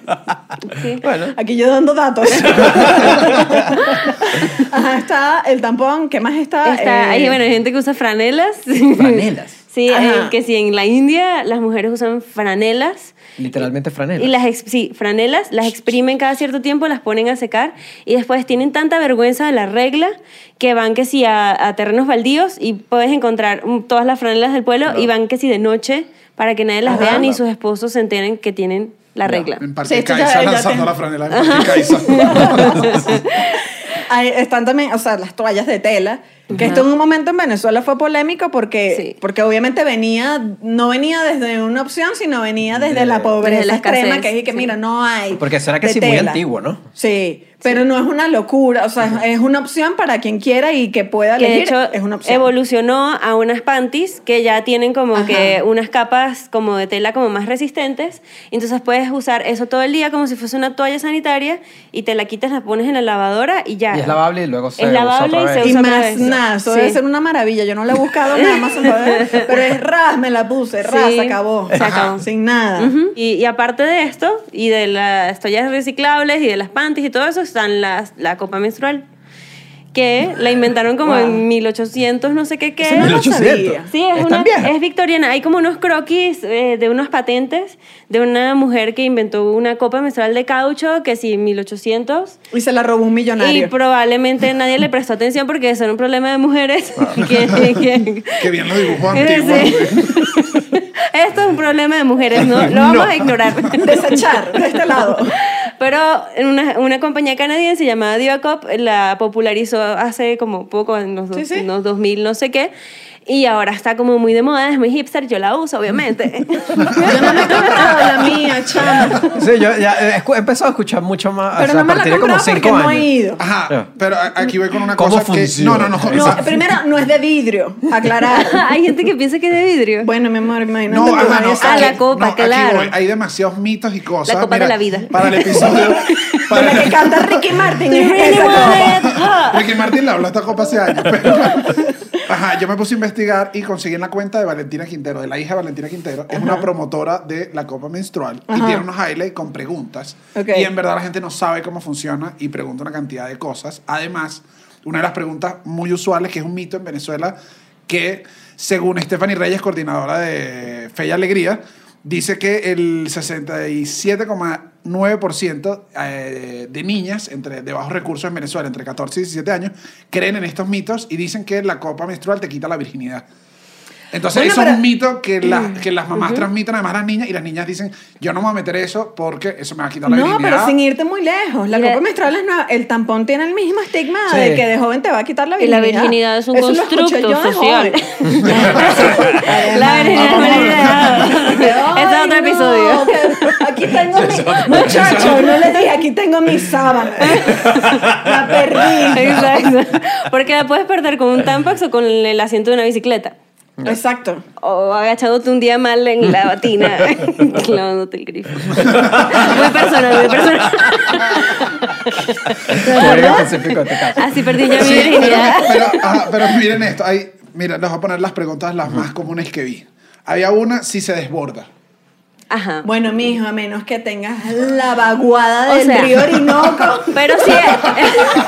D: Sí.
C: Bueno,
A: Aquí yo dando
C: [laughs]
A: datos. Ajá, está el tampón, ¿qué más está?
D: Está,
A: Eh,
D: hay, bueno, hay gente que usa franelas.
C: franelas.
D: Sí,
A: Ajá.
D: eh, que sí, en la India las mujeres usan franelas.
C: Literalmente franelas.
D: Y las, ex- sí, franelas, las exprimen cada cierto tiempo, las ponen a secar y después tienen tanta vergüenza de la regla que van que sí a, a terrenos baldíos y puedes encontrar mm, todas las franelas del pueblo
C: Claro.
D: y van que sí de noche para que nadie las
C: Ajá.
D: vea ni sus esposos se enteren que tienen la
C: Claro.
D: regla.
B: En
A: Sí,
B: Parque
A: esto ya-
B: Caiza,
A: ya
B: lanzando
A: te-
B: la franela en Parque Caiza.
A: [laughs] hay- están también, o sea, las toallas de tela, que esto en un momento en Venezuela fue polémico porque,
D: Sí.
A: porque obviamente venía, no venía desde una opción, sino venía desde
C: De-
A: la pobreza
D: Desde la
A: extrema,
D: escasez,
A: que es y que
D: sí.
A: mira, no hay.
C: Porque eso era que
A: de
C: sí, muy
A: tela.
C: antiguo, ¿no?
A: Sí, pero no es una locura, o sea, es una opción para quien quiera y que pueda
D: Que de
A: elegir,
D: hecho
A: es una opción.
D: evolucionó a unas panties que ya tienen como
A: Ajá.
D: que unas capas como de tela como más resistentes. Entonces puedes usar eso todo el día como si fuese una toalla sanitaria y te la quitas, la pones en la lavadora y ya.
C: Y es lavable y luego se
D: Es
C: usa
D: lavable
C: otra
D: y
C: vez.
D: se
A: y
D: usa otra
A: más
D: vez.
A: nada, eso
D: Sí.
A: debe ser una maravilla. Yo no la he buscado en Amazon, ¿sabes? pero es ras, me la puse, ras,
D: Sí,
A: se acabó.
D: se acabó.
A: Sin nada.
D: Ujú. y, y aparte de esto, y de las toallas reciclables y de las panties y todo eso, están las, la copa menstrual. que la inventaron como en 1800, no sé qué qué.
A: Eso no lo
C: 1800.
A: sabía.
D: Sí, es,
C: ¿Es
D: una,
C: tan vieja?
D: es victoriana. Hay como unos croquis eh, de unas patentes de una mujer que inventó una copa menstrual de caucho, que sí, 1800.
A: Y se la robó un
D: Y
A: millonario.
D: probablemente nadie le prestó atención porque eso era un problema de mujeres. [laughs] que, que-
B: Qué bien los dibujos
D: que
B: antiguos.
D: sí. [laughs] Esto es un problema de mujeres, ¿no? Lo vamos a ignorar.
A: [laughs] Desechar de este lado.
D: [laughs] Pero una, una compañía canadiense llamada Divacop la popularizó hace como poco, en los, dos-
A: Sí, sí.
D: unos 2000, no sé qué. Y ahora está como muy de moda, es muy hipster, yo la uso,
A: [laughs]
D: obviamente. [laughs]
A: Yo no me he comprado la mía, chama.
C: Sí, yo ya eh, escu- he empezado a escuchar mucho más. o
A: Pero
C: sea,
A: no me
C: a
A: la he
C: partir de como
A: comprado porque
C: cinco
A: no he
C: años.
A: ido.
B: Ajá, pero a- aquí voy con una
C: ¿Cómo
B: cosa que... No,
C: funciona?
B: no, no.
A: No,
B: Ah, exacto.
A: primero, no es de vidrio, aclarar.
D: Hay gente que piensa que es de vidrio. [laughs]
A: Bueno, mi amor, imagínate.
B: No,
A: tú,
B: ajá, no,
A: nadie
D: Ah,
A: sabe.
D: la copa,
B: aquí
D: claro.
B: voy. Hay demasiados mitos y cosas.
D: La copa de la vida.
B: Para el
D: [laughs]
B: episodio.
A: Con
B: para-
A: la que canta Ricky Martin es
D: Really
A: esa copa.
D: wanted
A: [laughs]
D: her.
B: Ricky Martin le habló a esta copa hace años. pero- [laughs] Ajá, yo me puse a investigar y conseguí en la cuenta de Valentina Quintero, de la hija de Valentina Quintero. Es una promotora de la copa menstrual y
A: Ajá.
B: tiene unos highlights con preguntas.
A: Ok.
B: Y en verdad la gente no sabe cómo funciona y pregunta una cantidad de cosas. Además, una de las preguntas muy usuales, que es un mito en Venezuela, que según Stephanie Reyes, coordinadora de Fe y Alegría, dice que el 67,9% eh, de niñas entre, de bajos recursos en Venezuela, entre 14 y 17 años, creen en estos mitos y dicen que la copa menstrual te quita la virginidad. Entonces,
A: Bueno,
B: eso es
A: pero- Mm.
B: un mito que, la- que las mamás transmiten además a las niñas y las niñas dicen, yo no me voy a meter eso porque eso me va a quitar la
A: No,
B: virginidad.
A: pero sin irte muy lejos. La
D: Mira.
A: copa menstrual es nueva. El tampón tiene el mismo estigma
C: Sí.
A: de que de joven te va a quitar la
D: Y la
A: virginidad.
D: virginidad es un
A: Eso lo escuché
D: constructo
A: yo de
D: social. [laughs]
A: joven. [laughs]
D: La
A: Además,
D: virginidad
B: vamos a
D: es
B: ver.
D: ideal. Este
A: Ay,
D: es otro
A: no,
D: episodio.
A: que Aquí tengo
B: [laughs]
A: mi. Muchacho, no le dije, aquí tengo mi sábana. La perdí.
D: Exacto. Porque la puedes perder con un tampax o con el asiento de una bicicleta.
A: Exacto.
D: O agachándote un día mal en la batina, clavándote el grifo. Muy personal, muy personal.
C: Muy en
D: [laughs]
C: específico este caso.
D: Así perdí yo mi
B: Sí, pero,
D: virginidad.
A: [laughs]
B: pero, ajá, pero miren esto. Hay, mira, les voy a poner las preguntas las más comunes que vi. Había una, si se desborda.
D: Ajá.
A: Bueno, mijo, a menos que tengas la vaguada
D: O
A: del
D: sea,
A: río Orinoco.
D: [laughs] Pero sí eh. [laughs]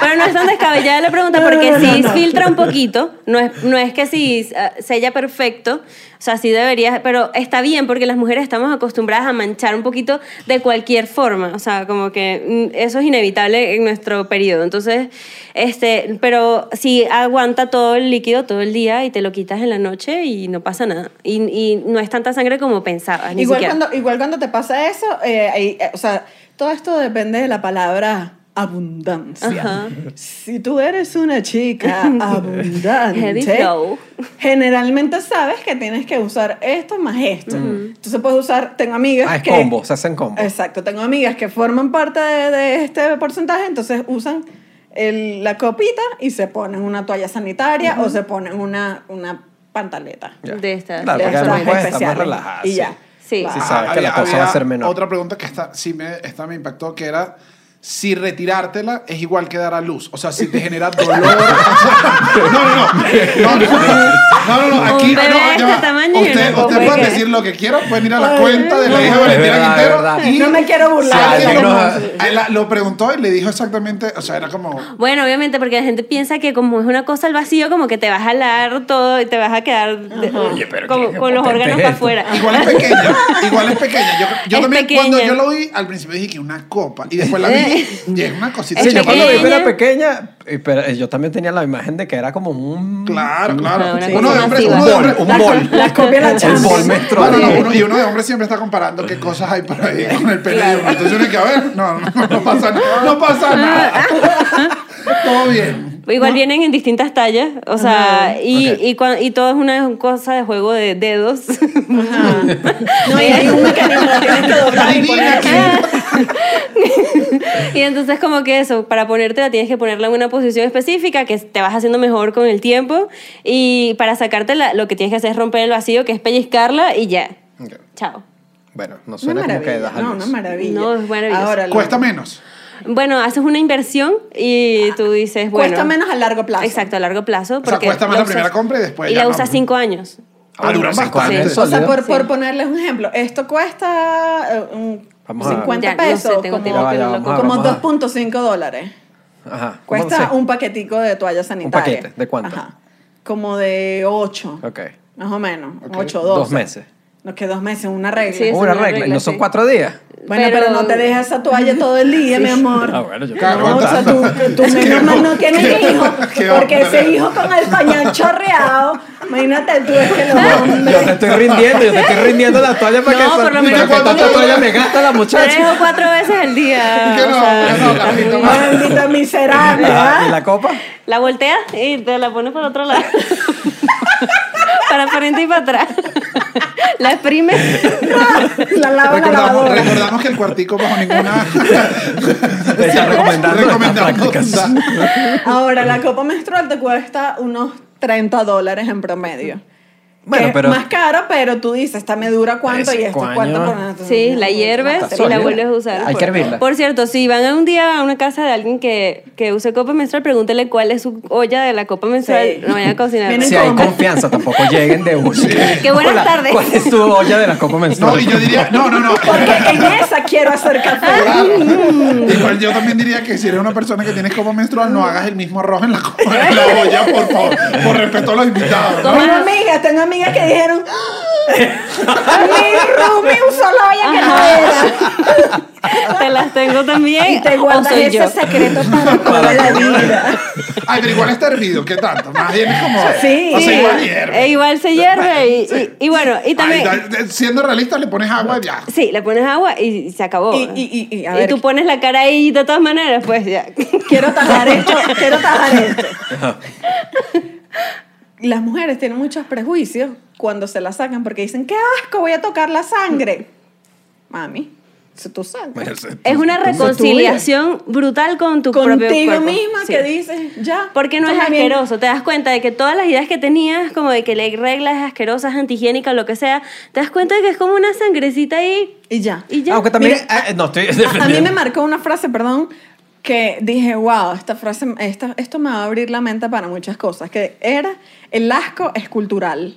D: Pero no es tan descabellada la pregunta
A: No, no,
D: porque
A: no, no,
D: sí
A: no.
D: filtra un poquito. No es, no es que sí ah, sella perfecto. O sea, sí debería. Pero está bien porque las mujeres estamos acostumbradas a manchar un poquito de cualquier forma. O sea, como que mm, eso es inevitable en nuestro periodo. Entonces, este, pero si aguanta todo el líquido todo el día y te lo quitas en la noche y no pasa nada. Y, y no es tanta sangre como pensabas. Ah, Ni
A: Igual
D: siquiera.
A: cuando, igual cuando te pasa eso, eh, ahí, eh, o sea, todo esto depende de la palabra abundancia.
D: Ajá.
A: Si tú eres una
D: [laughs]
A: chica
D: Heavy
A: abundante,
D: flow.
A: generalmente sabes que tienes que usar esto más esto. Entonces puedes usar, tengo amigas
C: Ah, es
A: que...
C: combo, se hacen combo.
A: Exacto, tengo amigas que forman parte de, de este porcentaje, entonces usan el- la copita y se ponen una toalla sanitaria o se ponen una, una pantaleta.
C: Ya.
D: De estas-
C: Claro,
D: de
C: porque
D: estas
C: además puedes estar más
A: especiales.
C: relajada.
A: Y ya.
D: Sí.
A: Claro.
C: Sí, sabes que la cosa va a ser menor.
B: Otra pregunta que esta, sí me, esta me impactó, que era si retirártela es igual que dar a luz. O sea, si te
C: [laughs]
B: genera dolor. no, no, no. No, no, no. no, no, Aquí,
D: Un bebé
B: no, ya
D: de este
B: va.
D: tamaño y
B: Usted,
D: una
B: usted
D: copa
B: puede
D: de-
B: decir lo que quiera, pueden ir a la
A: Ay,
B: cuenta de la
C: no.
B: hija
C: Es
B: Valentina
C: verdad,
B: Quintero.
C: verdad.
B: y-
A: No me quiero burlar.
C: Sí,
A: de
C: alguien
A: los
C: nos-
A: demás.
B: Ah, la- lo preguntó y le dijo exactamente, o sea, era como...
D: Bueno, obviamente, porque la gente piensa que como es una cosa al vacío, como que te vas a jalar todo y te vas a quedar de- con,
C: qué
D: con los
C: potente
D: órganos
C: es
D: para
C: esto.
D: afuera.
B: Igual es pequeña, igual es pequeña. Yo, yo
D: Es
B: también
D: pequeña. Eh.
B: cuando yo lo vi, al principio dije que una copa y después la vi y es una cosita.
D: Es
C: Sí, yo cuando vi
B: chiquita.
D: pequeña.
C: era pequeña, eh, pero eh, yo también tenía la imagen de que era como un...
B: Claro,
D: Ajá,
B: claro.
D: una
B: Uno
D: cosa
B: de hombres,
D: masiva.
B: uno de hombres.
C: Un
A: La-
C: bol.
A: Las copias la
C: El
A: chamba.
C: bol menstrual.
B: Bueno, no, uno- y uno de hombres siempre está comparando qué cosas hay por ahí con el pene de uno. Entonces uno hay que, a ver, no, no, no pasa nada. No pasa
D: [laughs]
B: nada. Todo bien.
D: Igual vienen en distintas tallas, o sea, y,
C: Ok.
D: y, cua- y todo es una cosa de juego de dedos. [laughs]
A: No, y hay un mecanismo que tienes que doblar y poner
B: Adivina
A: aquí.
D: y entonces como que eso, para ponértela tienes que ponerla en una posición específica que te vas haciendo mejor con el tiempo y para sacártela lo que tienes que hacer es romper el vacío, que es pellizcarla y ya.
C: Ok.
D: Chao.
C: Bueno, no
A: Una
C: suena como que
A: maravilla.
C: das a
A: No,
C: luz.
A: una maravilla.
D: No, es maravilloso.
A: Ahora, lo-
B: Cuesta menos.
D: Bueno, haces una inversión y tú dices, bueno.
A: Cuesta menos a largo plazo.
D: Exacto, a largo plazo.
B: sea,
D: Porque
B: cuesta más
D: la
B: la primera compra y después
D: Y
B: ya
D: la
B: no.
D: usas cinco años.
C: Ah, dura cinco
B: bastante.
C: años,
D: Sí.
C: es
A: O sea,
C: sólido.
A: por, por
D: Sí.
A: ponerles un ejemplo, esto cuesta eh, un
C: Vamos a-
A: 50
D: Ya, no sé,
A: pesos,
D: tengo
A: como,
D: tiempo,
C: Ya va, ya vamos a ver,
A: como
C: vamos a ver.
A: 2.5 dólares.
C: Ajá. ¿Cómo
A: Cuesta
C: sé?
A: un paquetico de toalla sanitaria.
C: paquete, ¿de cuánto?
A: Como de 8,
C: Ok.
A: más o menos.
B: Ok.
A: 8 o 12.
C: Dos meses.
A: No, que dos meses, una regla.
D: Sí, es
C: una
D: una
C: regla.
D: regla,
C: Y no son
D: sí.
C: cuatro días.
A: Bueno, pero...
D: Pero-
A: no te dejas esa toalla todo el día,
C: [laughs]
A: mi amor.
C: Ah, bueno, yo
B: Claro,
C: creo
A: No, o
C: que
A: sea,
B: aguanta.
A: tú,
B: [laughs]
A: tú menos mal no tienes hijos,
B: qué
A: porque
B: onda.
A: ese hijo con el
B: [laughs]
A: pañal chorreado, imagínate tú, es que lo
C: Yo te estoy rindiendo, yo te estoy rindiendo la toalla para
D: No,
C: que
D: por lo menos
C: para que
B: cuatro
C: tanta toalla
B: días.
C: me gasta la
A: [laughs]
D: Tres
C: muchacha.
D: o cuatro veces al día.
B: [laughs] Que
D: o
B: no,
D: sea,
B: que no,
D: estás
B: Carlito,
D: muy-
B: más.
A: Maldita miserable,
C: Ah, ¿Y
A: ¿ah?
C: la copa?
D: La volteas y te la pones para el otro lado. [laughs] para frente y para atrás. [laughs] La exprimes.
B: [laughs]
A: La
D: Ah,
A: lava en la
B: Recordamos,
A: lavadora.
B: recordamos que el cuartico bajo
C: [laughs]
B: ninguna...
C: Le está
B: [laughs]
C: recomendando estas
B: Recomendando.
C: prácticas.
A: Ahora, la copa menstrual te cuesta unos 30 dólares en promedio.
C: Bueno,
A: Que es
C: pero-
A: más caro, pero tú dices, esta me dura cuánto y esto
C: Cinco
A: cuánto
C: años.
A: por
D: Sí, la hierves
C: Está
D: y la
C: sólida.
D: vuelves a usar.
C: Hay que hervirla.
D: Por cierto, si van a un día a una casa de alguien que, que use copa menstrual, pregúntele cuál es su olla de la copa menstrual.
A: Sí.
D: No vayan a cocinar.
A: Vienen
C: Si hay
A: Combo.
C: confianza, tampoco lleguen de uso.
D: Qué buenas tardes.
C: ¿Cuál es tu olla de la copa menstrual?
B: No, y yo diría... No, no, no.
A: Porque en esa quiero hacer café.
B: Claro. Igual yo también diría que si eres una persona que tienes copa menstrual, no hagas el mismo arroz en la, co- en la olla, por favor. Por respeto a los invitados. ¿no?
A: Tengo amigas, tengo amigas que
D: [laughs]
A: dijeron, ¡Ah! mi roomie usó la olla que no era.
D: Te las tengo también.
A: [laughs] Y te
D: o
A: guardas
D: soy
A: ese
D: yo.
A: secreto para toda la vida.
B: Ay, pero igual está hervido, ¿qué tanto? Más bien es como.
A: Sí.
B: O sea, igual
D: e
B: hierve.
D: igual se hierve. Y, y- y bueno, y también.
B: Ay, da- siendo realista, le pones agua y ya.
D: Sí, le pones agua y y se acabó.
A: Y- y- y- y, a ver.
D: tú pones la cara ahí de todas maneras, pues ya.
A: Quiero
D: [laughs]
A: tajar esto, quiero tajar esto. Las mujeres tienen muchos prejuicios cuando se la sacan porque dicen, qué asco, voy a tocar la sangre. Mami, si tú sangre.
D: Es una reconciliación brutal con tu propio
A: Contigo
D: cuerpo.
A: misma
D: Sí.
A: que dices, ya.
D: Porque no es
A: está bien.
D: asqueroso, te das cuenta de que todas las ideas que tenías, como de que la regla es asquerosa, es antihigiénica, lo que sea, te das cuenta de que es como una sangrecita ahí
A: Y ya.
D: y ya.
C: Aunque también.
A: Mira,
C: eh, no, estoy
A: A, a mí me
C: defendiendo.
A: marcó una frase, perdón, que dije, wow, esta frase, esta, esto me va a abrir la mente para muchas cosas, que era, el asco es cultural.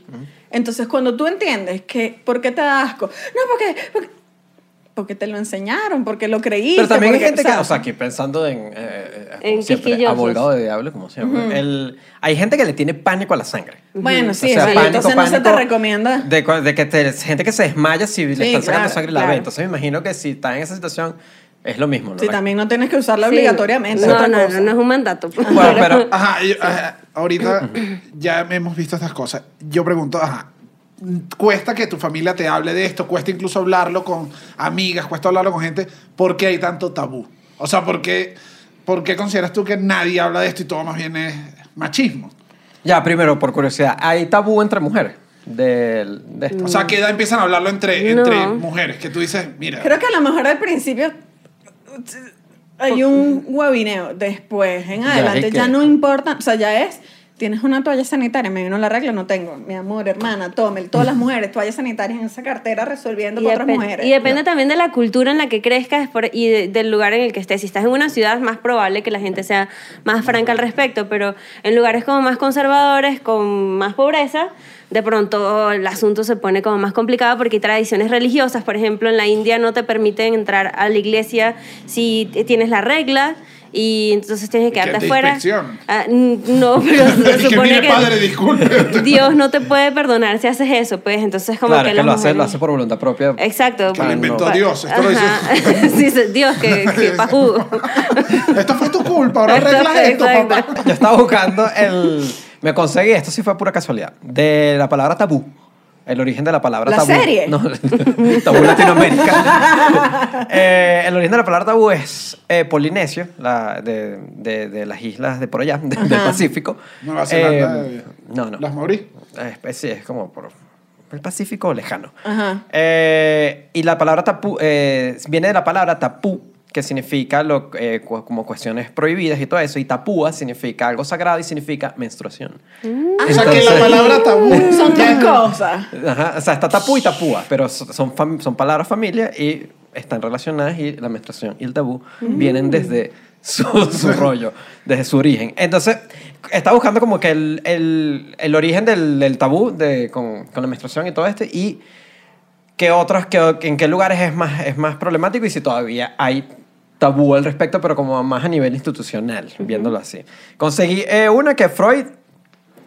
A: Entonces, cuando tú entiendes que, ¿por qué te da asco? No, porque, porque, porque te lo enseñaron, porque lo creíste.
C: Pero también hay
A: porque-
C: gente
A: o sea,
C: que, o sea, aquí pensando en, eh, eh,
D: En
C: como siempre,
D: quisquillosos.
C: abogado de diablo, como siempre, el, hay gente que le tiene pánico a la sangre.
A: Bueno, sí,
C: O sea,
A: sí,
C: pánico,
A: entonces no se te
C: pánico
A: recomienda.
C: De, cu- de que te- gente que se desmaya si le
A: Sí,
C: están sacando
A: claro,
C: sangre y la
A: claro.
C: ve. Entonces me imagino que si estás en esa situación, es lo mismo, ¿no?
A: Sí,
C: La-
A: también no tienes que usarla
D: Sí.
A: obligatoriamente.
D: No,
A: otra
D: no,
A: cosa.
D: no, no es un mandato. pues.
C: Bueno, pero
D: [laughs]
B: Ajá, y- ajá,
D: [clears throat]
B: ahorita ya hemos visto estas cosas. Yo pregunto, ajá, cuesta que tu familia te hable de esto, cuesta incluso hablarlo con amigas, cuesta hablarlo con gente, ¿por qué hay tanto tabú? O sea, ¿por qué, por qué consideras tú que nadie habla de esto y todo más bien es machismo?
C: ya, primero, por curiosidad, ¿hay tabú entre mujeres de, de esto?
B: O sea, ¿qué edad empiezan a hablarlo entre,
D: Mm. No.
B: entre mujeres? Que tú dices, mira, [laughs]
A: Creo que a lo mejor al principio hay un huevineo. Después, en
C: Ya,
A: adelante,
C: es
A: ya
C: que-
A: no importa. O sea, ya es. Tienes una toalla sanitaria, me vino la regla, no tengo. Mi amor, hermana, tome. Todas las mujeres, toallas sanitarias en esa cartera resolviendo
D: Y,
A: para otras
D: depen-
A: mujeres.
D: y depende también de la cultura en la que crezcas por- y de- del lugar en el que estés. Si estás en una ciudad es más probable que la gente sea más franca al respecto, pero en lugares como más conservadores, con más pobreza, de pronto el asunto se pone como más complicado porque hay tradiciones religiosas. Por ejemplo, en la India no te permiten entrar a la iglesia si t- tienes la regla. Y entonces tienes que
B: ¿Y qué
D: quedarte
B: te
D: afuera.
B: inspeccionan?
D: Ah, n- no,
B: [laughs]
D: [laughs] pero
B: Y
D: se
B: que,
D: supone
B: mire,
D: que
B: padre, disculpe.
D: Dios no te puede perdonar si haces eso, pues entonces como
C: claro, que,
D: que,
C: lo,
D: las
C: hace, lo
D: mujeres-
C: hace por voluntad propia.
D: Exacto.
B: Que lo inventó
D: Pa-
B: Dios, esto lo hizo-
D: Ajá. [laughs] sí, sí, Dios, que, que pajú.
B: esto fue tu culpa, ahora arreglas esto,
D: Exacto.
B: papá.
C: Yo estaba buscando el. Me conseguí, esto sí fue pura casualidad, de la palabra tabú. El origen de la palabra
A: ¿La
C: tabú.
A: serie?
C: No, [laughs] tabú Latinoamérica. Eh, el origen de la palabra tabú es eh, polinesio, la, de, de- de las islas de por allá, de- del
A: Ajá.
C: Pacífico.
B: Nueva Zelanda,
C: Eh,
B: eh,
C: no, no.
B: Las Maurice.
C: Eh, pues sí, es como por el Pacífico lejano.
A: Ajá.
C: Eh, y la palabra tapú eh, viene de la palabra tapú, que significa lo, eh, cu- como cuestiones prohibidas y todo eso. Y tapúa significa algo sagrado y significa menstruación.
B: O sea, que la
C: Entonces-
B: palabra tabú.
A: [laughs] Son tres cosas.
C: Ajá, o sea, está tapú y tapúa, pero so- son, fam- son palabras familia y están relacionadas y la menstruación y el tabú vienen desde su, su rollo, desde su origen. Entonces, está buscando como que el, el- el origen del, del tabú de, con, con la menstruación y todo esto y qué otros, qué- en qué lugares es más, es más problemático y si todavía hay tabú al respecto, pero como más a nivel institucional, viéndolo así. Conseguí eh, una que Freud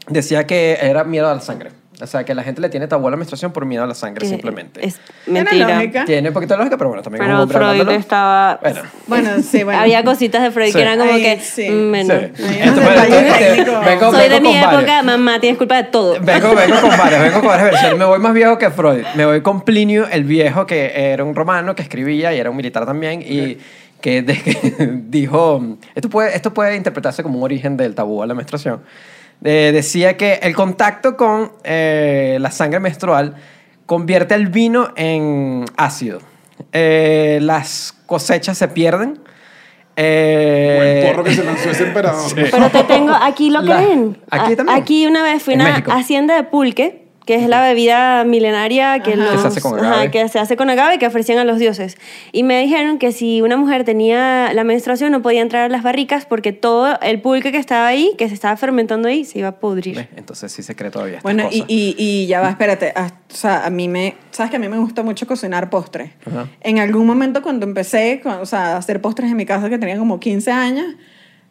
C: decía que era miedo a la sangre. O sea, que la gente le tiene tabú a la menstruación por miedo a la sangre,
D: Que
C: simplemente.
D: Eh, Es
A: Tiene
D: mentira.
A: lógica.
C: Tiene un poquito de lógica, pero bueno, también
D: Pero
C: como
D: Freud
C: tratándolo.
D: estaba...
C: Bueno.
A: Bueno, sí, bueno.
D: Había cositas de Freud
C: Sí.
D: que eran como
A: Ahí,
D: que...
A: sí.
D: mm,
C: Sí.
D: bueno.
C: Entonces,
A: Unos
C: bueno,
A: detalles
C: te-
A: técnicos.
C: vengo-
D: Soy de
C: vengo
D: mi
C: con
D: época,
C: varios.
D: mamá, tienes culpa de todo.
C: Vengo, vengo con varias, vengo con varias versiones. Me voy más viejo que Freud. Me voy con Plinio el Viejo, que era un romano que escribía y era un militar también. Y que, de- que [laughs] dijo: esto puede, esto puede interpretarse como un origen del tabú a la menstruación. Eh, decía que el contacto con eh, la sangre menstrual convierte el vino en ácido. Eh, las cosechas se pierden. Eh,
B: Buen porro que
C: [laughs]
B: se lanzó ese [laughs] emperador.
C: Sí.
D: Pero te
C: [laughs]
D: tengo, aquí lo
C: La-
D: creen.
C: aquí
D: A-
C: también.
D: Aquí una vez fui a
C: En
D: una
C: México.
D: hacienda de pulque, que es la bebida milenaria que,
A: Ajá.
D: los-
C: Que se hace con
D: ajá,
C: agave.
D: que se hace con agave y que ofrecían a los dioses. Y me dijeron que si una mujer tenía la menstruación no podía entrar a las barricas porque todo el pulque que estaba ahí, que se estaba fermentando ahí, se iba a pudrir.
C: ¿Ves? Entonces sí se cree todavía. estas
A: Bueno, y,
C: cosas.
A: y, y ya va, espérate. ah, o sea, a mí me. ¿Sabes que a mí me gusta mucho cocinar postres?
C: Ajá.
A: En algún momento, cuando empecé con- o sea, a hacer postres en mi casa, que tenía como 15 años,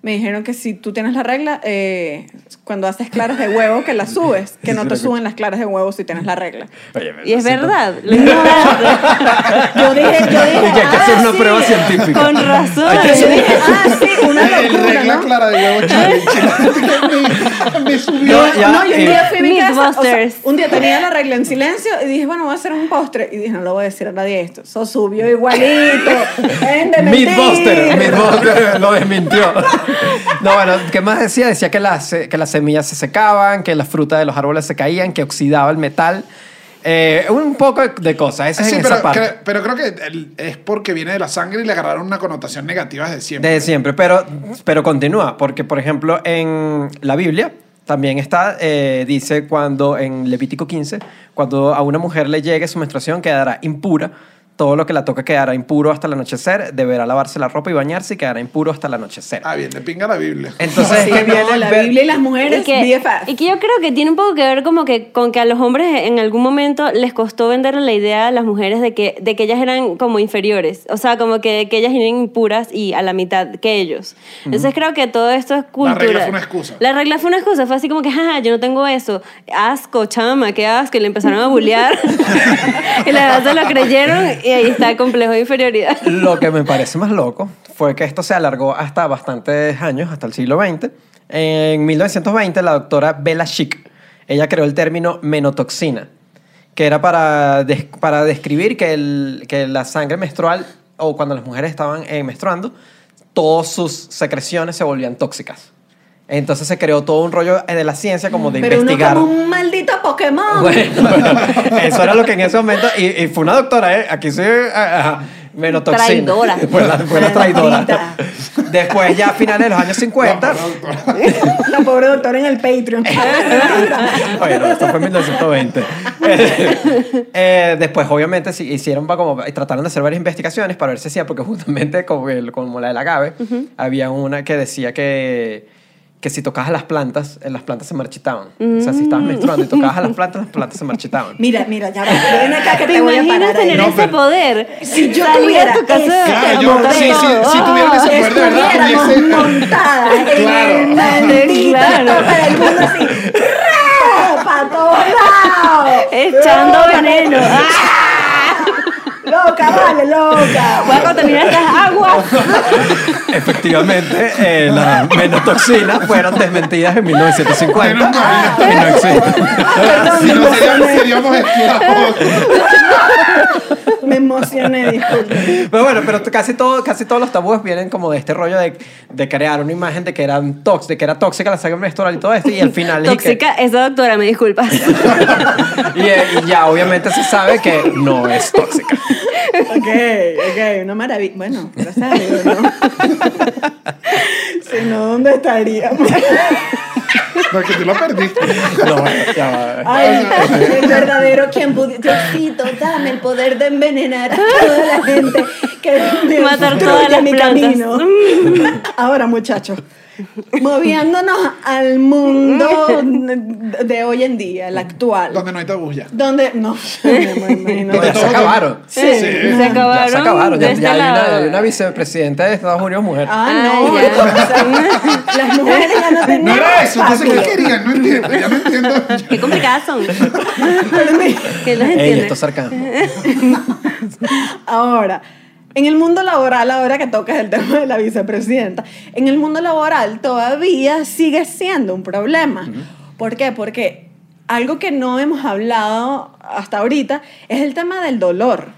A: me dijeron que si tú tienes la regla, eh, cuando haces claras de huevo, que las subes, que no te suben las claras de huevo si tienes la regla.
C: Oye, me-
D: Y es
C: lo siento. [laughs]
D: verdad, lo ignoraste.
A: Yo dije, yo dije.
C: Oye, hay que
A: "Ah,
C: hacer una
A: sí".
C: prueba científica.
D: Con razón.
C: Hay que
A: Yo
C: hacer-
A: dije, ah, sí, una
B: El regla
A: locura, ¿no?
B: clara de huevo [laughs] challenge. me, me subió.
C: No, ya.
A: no, yo un día
C: eh,
A: fui a mi casa, o sea,
D: Mythbusters.
A: un día tenía la regla en silencio y dije, bueno, voy a hacer un postre. Y dije, no lo voy a decir a nadie esto. Eso subió
C: [laughs]
A: igualito. Ven de mentir. [laughs]
C: Mythbuster, Mythbuster lo desmintió. No, bueno, ¿qué más decía? Decía que las, eh, que las semillas se secaban, que las frutas de los árboles se caían, que oxidaba el metal. Eh, un poco de cosas, esa es
B: Sí,
C: en
B: pero,
C: esa parte.
B: cre- pero creo que el- es porque viene de la sangre y le agarraron una connotación negativa desde siempre.
C: Desde siempre, pero, pero continúa, porque por ejemplo en la Biblia también está, eh, dice cuando en Levítico 15, cuando a una mujer le llegue su menstruación quedará impura, todo lo que la toca quedará impuro hasta el anochecer, deberá lavarse la ropa y bañarse y quedará impuro hasta el anochecer.
B: Ah, bien, le pinga la Biblia.
C: Entonces,
A: Sí,
C: ¿qué
A: no,
C: viene?
A: la
C: Ver-
A: Biblia y las mujeres,
D: Y que,
A: BFF.
D: y que yo creo que tiene un poco que ver como que con que a los hombres en algún momento les costó vender la idea a las mujeres de que, de que ellas eran como inferiores, o sea, como que, que ellas eran impuras y a la mitad que ellos. Entonces creo que todo esto es
B: La regla
D: cultura.
B: fue una excusa.
D: La regla fue una excusa, fue así como que, jaja, yo no tengo eso, asco, chama, qué asco, y le empezaron
A: [laughs]
D: a bullear [laughs] y la verdad se lo creyeron y ahí está el complejo de inferioridad.
C: Lo que me parece más loco fue que esto se alargó hasta bastantes años, hasta el siglo XX. En 1920, la doctora Bella Schick, ella creó el término menotoxina, que era para, des- para describir que, el- que la sangre menstrual, o cuando las mujeres estaban eh, menstruando, todas sus secreciones se volvían tóxicas. Entonces se creó todo un rollo eh, de la ciencia como de
A: Pero uno
C: investigar.
A: como un maldito Pokémon.
C: Bueno, bueno, eso era lo que en ese momento. Y, y fue una doctora, ¿eh? Aquí sí. ah, ajá, menotoxina.
D: Traidora.
C: Fue la, fue la traidora.
A: Maldita.
C: Después, ya a finales de los años 50.
B: No, no, no.
A: La pobre doctora en el Patreon.
C: Oye, no, esto fue en 1920. Eh, eh, después, obviamente, sí, hicieron va como, y trataron de hacer varias investigaciones para ver si hacía, porque justamente como, el- como la del agave, había una que decía que, que si tocabas las plantas, eh, las plantas se marchitaban. O sea, si estabas menstruando y tocabas a las plantas, las plantas se marchitaban.
A: Mira, mira, ya va. Ven acá que
D: ¿Te,
A: te, voy a
D: imaginas
A: parar ahí.
D: tener
B: No,
D: ese
B: pero-
D: poder?
A: Si yo
D: Salir
A: tuviera
D: a tu casa
A: ese
D: a
B: Claro, yo-
D: montar
B: sí, sí,
D: todo.
B: si tuviera ese poder, de verdad,
A: Estuviéramos
B: tuviese-
A: montadas en
B: Claro.
A: el maldito
D: Claro.
A: tope del mundo así. ¡ra! ¡Pa' todos lados!
D: Echando
A: ¡Loca,
D: veneno. Ah,
A: ¡Loca, vale, loca!
D: Voy a contaminar estas aguas.
C: Efectivamente, eh, las menotoxinas fueron desmentidas en
B: [laughs]
C: 1950.
B: Menos mal.
C: Y no existen.
B: Ah, Si
A: Perdón,
B: no
A: me
B: seríamos,
A: emocioné.
B: seríamos esclavos.
A: Me emocioné, disculpe.
C: Pero bueno, pero casi, todo, casi todos los tabúes vienen como de este rollo de, de crear una imagen de que, eran tox, de que era tóxica la sangre menstrual y todo esto, y al final... es que-
D: Tóxica, esa doctora, me disculpas.
C: y, eh, y ya obviamente se sabe que no es tóxica.
A: Ok, ok, una maravilla. Bueno, gracias a Dios,
D: [laughs]
A: ¿no? si no, ¿dónde estaríamos?
B: No, que tú lo perdiste.
C: No, ya va.
A: Ay, el verdadero quien pudiera. Diosito, dame el poder de envenenar a toda la gente que me
D: Matar
A: obstruye
D: todas las
A: mi
D: plantas.
A: camino.
D: [laughs]
A: Ahora, muchachos, moviéndonos al mundo de hoy en día, el actual.
B: Donde no hay tabús ya.
A: Donde, no, me imagino.
C: No, ya se acabaron.
B: Sí, sí.
D: Se acabaron.
C: Ya se acabaron.
D: de
C: Ya,
D: este
C: ya hay, una,
D: lado.
C: hay una vicepresidenta de Estados Unidos mujer.
A: Ah,
D: Ay,
A: no. [laughs]
D: ya.
A: o sea, las mujeres ya no
B: No
A: tenemos
B: era eso, entonces ¿qué
A: espacio. [laughs]
B: querían? No entiendo, ya no entiendo.
D: [laughs] Qué complicadas son. que los
C: Ey,
D: entiendes.
C: esto es sarcasmo.
D: Ah.
A: Ahora, en el mundo laboral, ahora que tocas el tema de la vicepresidenta, en el mundo laboral todavía sigue siendo un problema. ¿Por qué? Porque algo que no hemos hablado hasta ahorita es el tema del dolor.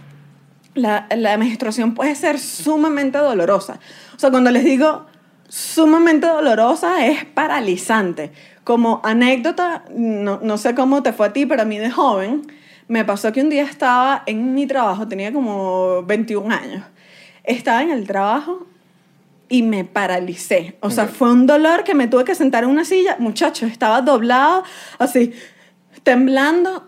A: La, la menstruación puede ser sumamente dolorosa. O sea, cuando les digo sumamente dolorosa, es paralizante. Como anécdota, no, no sé cómo te fue a ti, pero a mí de joven me pasó que un día estaba en mi trabajo, tenía como 21 años. Estaba en el trabajo y me paralicé. O sea, fue un dolor que me tuve que sentar en una silla. Muchachos, estaba doblado, así, temblando.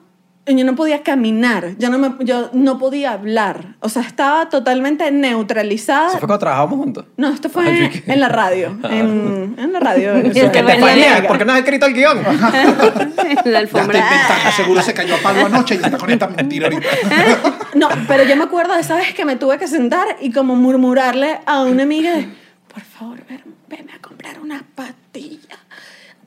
A: Y yo no podía caminar, yo no, me- yo no podía hablar. O sea, estaba totalmente neutralizada.
C: Eso fue cuando trabajábamos juntos.
A: No, esto fue
C: Ah, yo dije-
A: en la radio.
C: [laughs] Ah.
A: En, en la radio.
D: [laughs] Y
A: eso.
C: Que
D: es que
C: te
D: Bueno,
C: fallé,
D: venga.
C: porque no has escrito el guión.
D: [laughs] La
B: Ya te
D: alfombra. Ah.
B: inventaste, seguro se cayó a palo anoche y está con esta mentira ahorita.
A: No, pero yo me acuerdo de esa vez que me tuve que sentar y como murmurarle a una amiga de, por favor, ven, veme a comprar una pastilla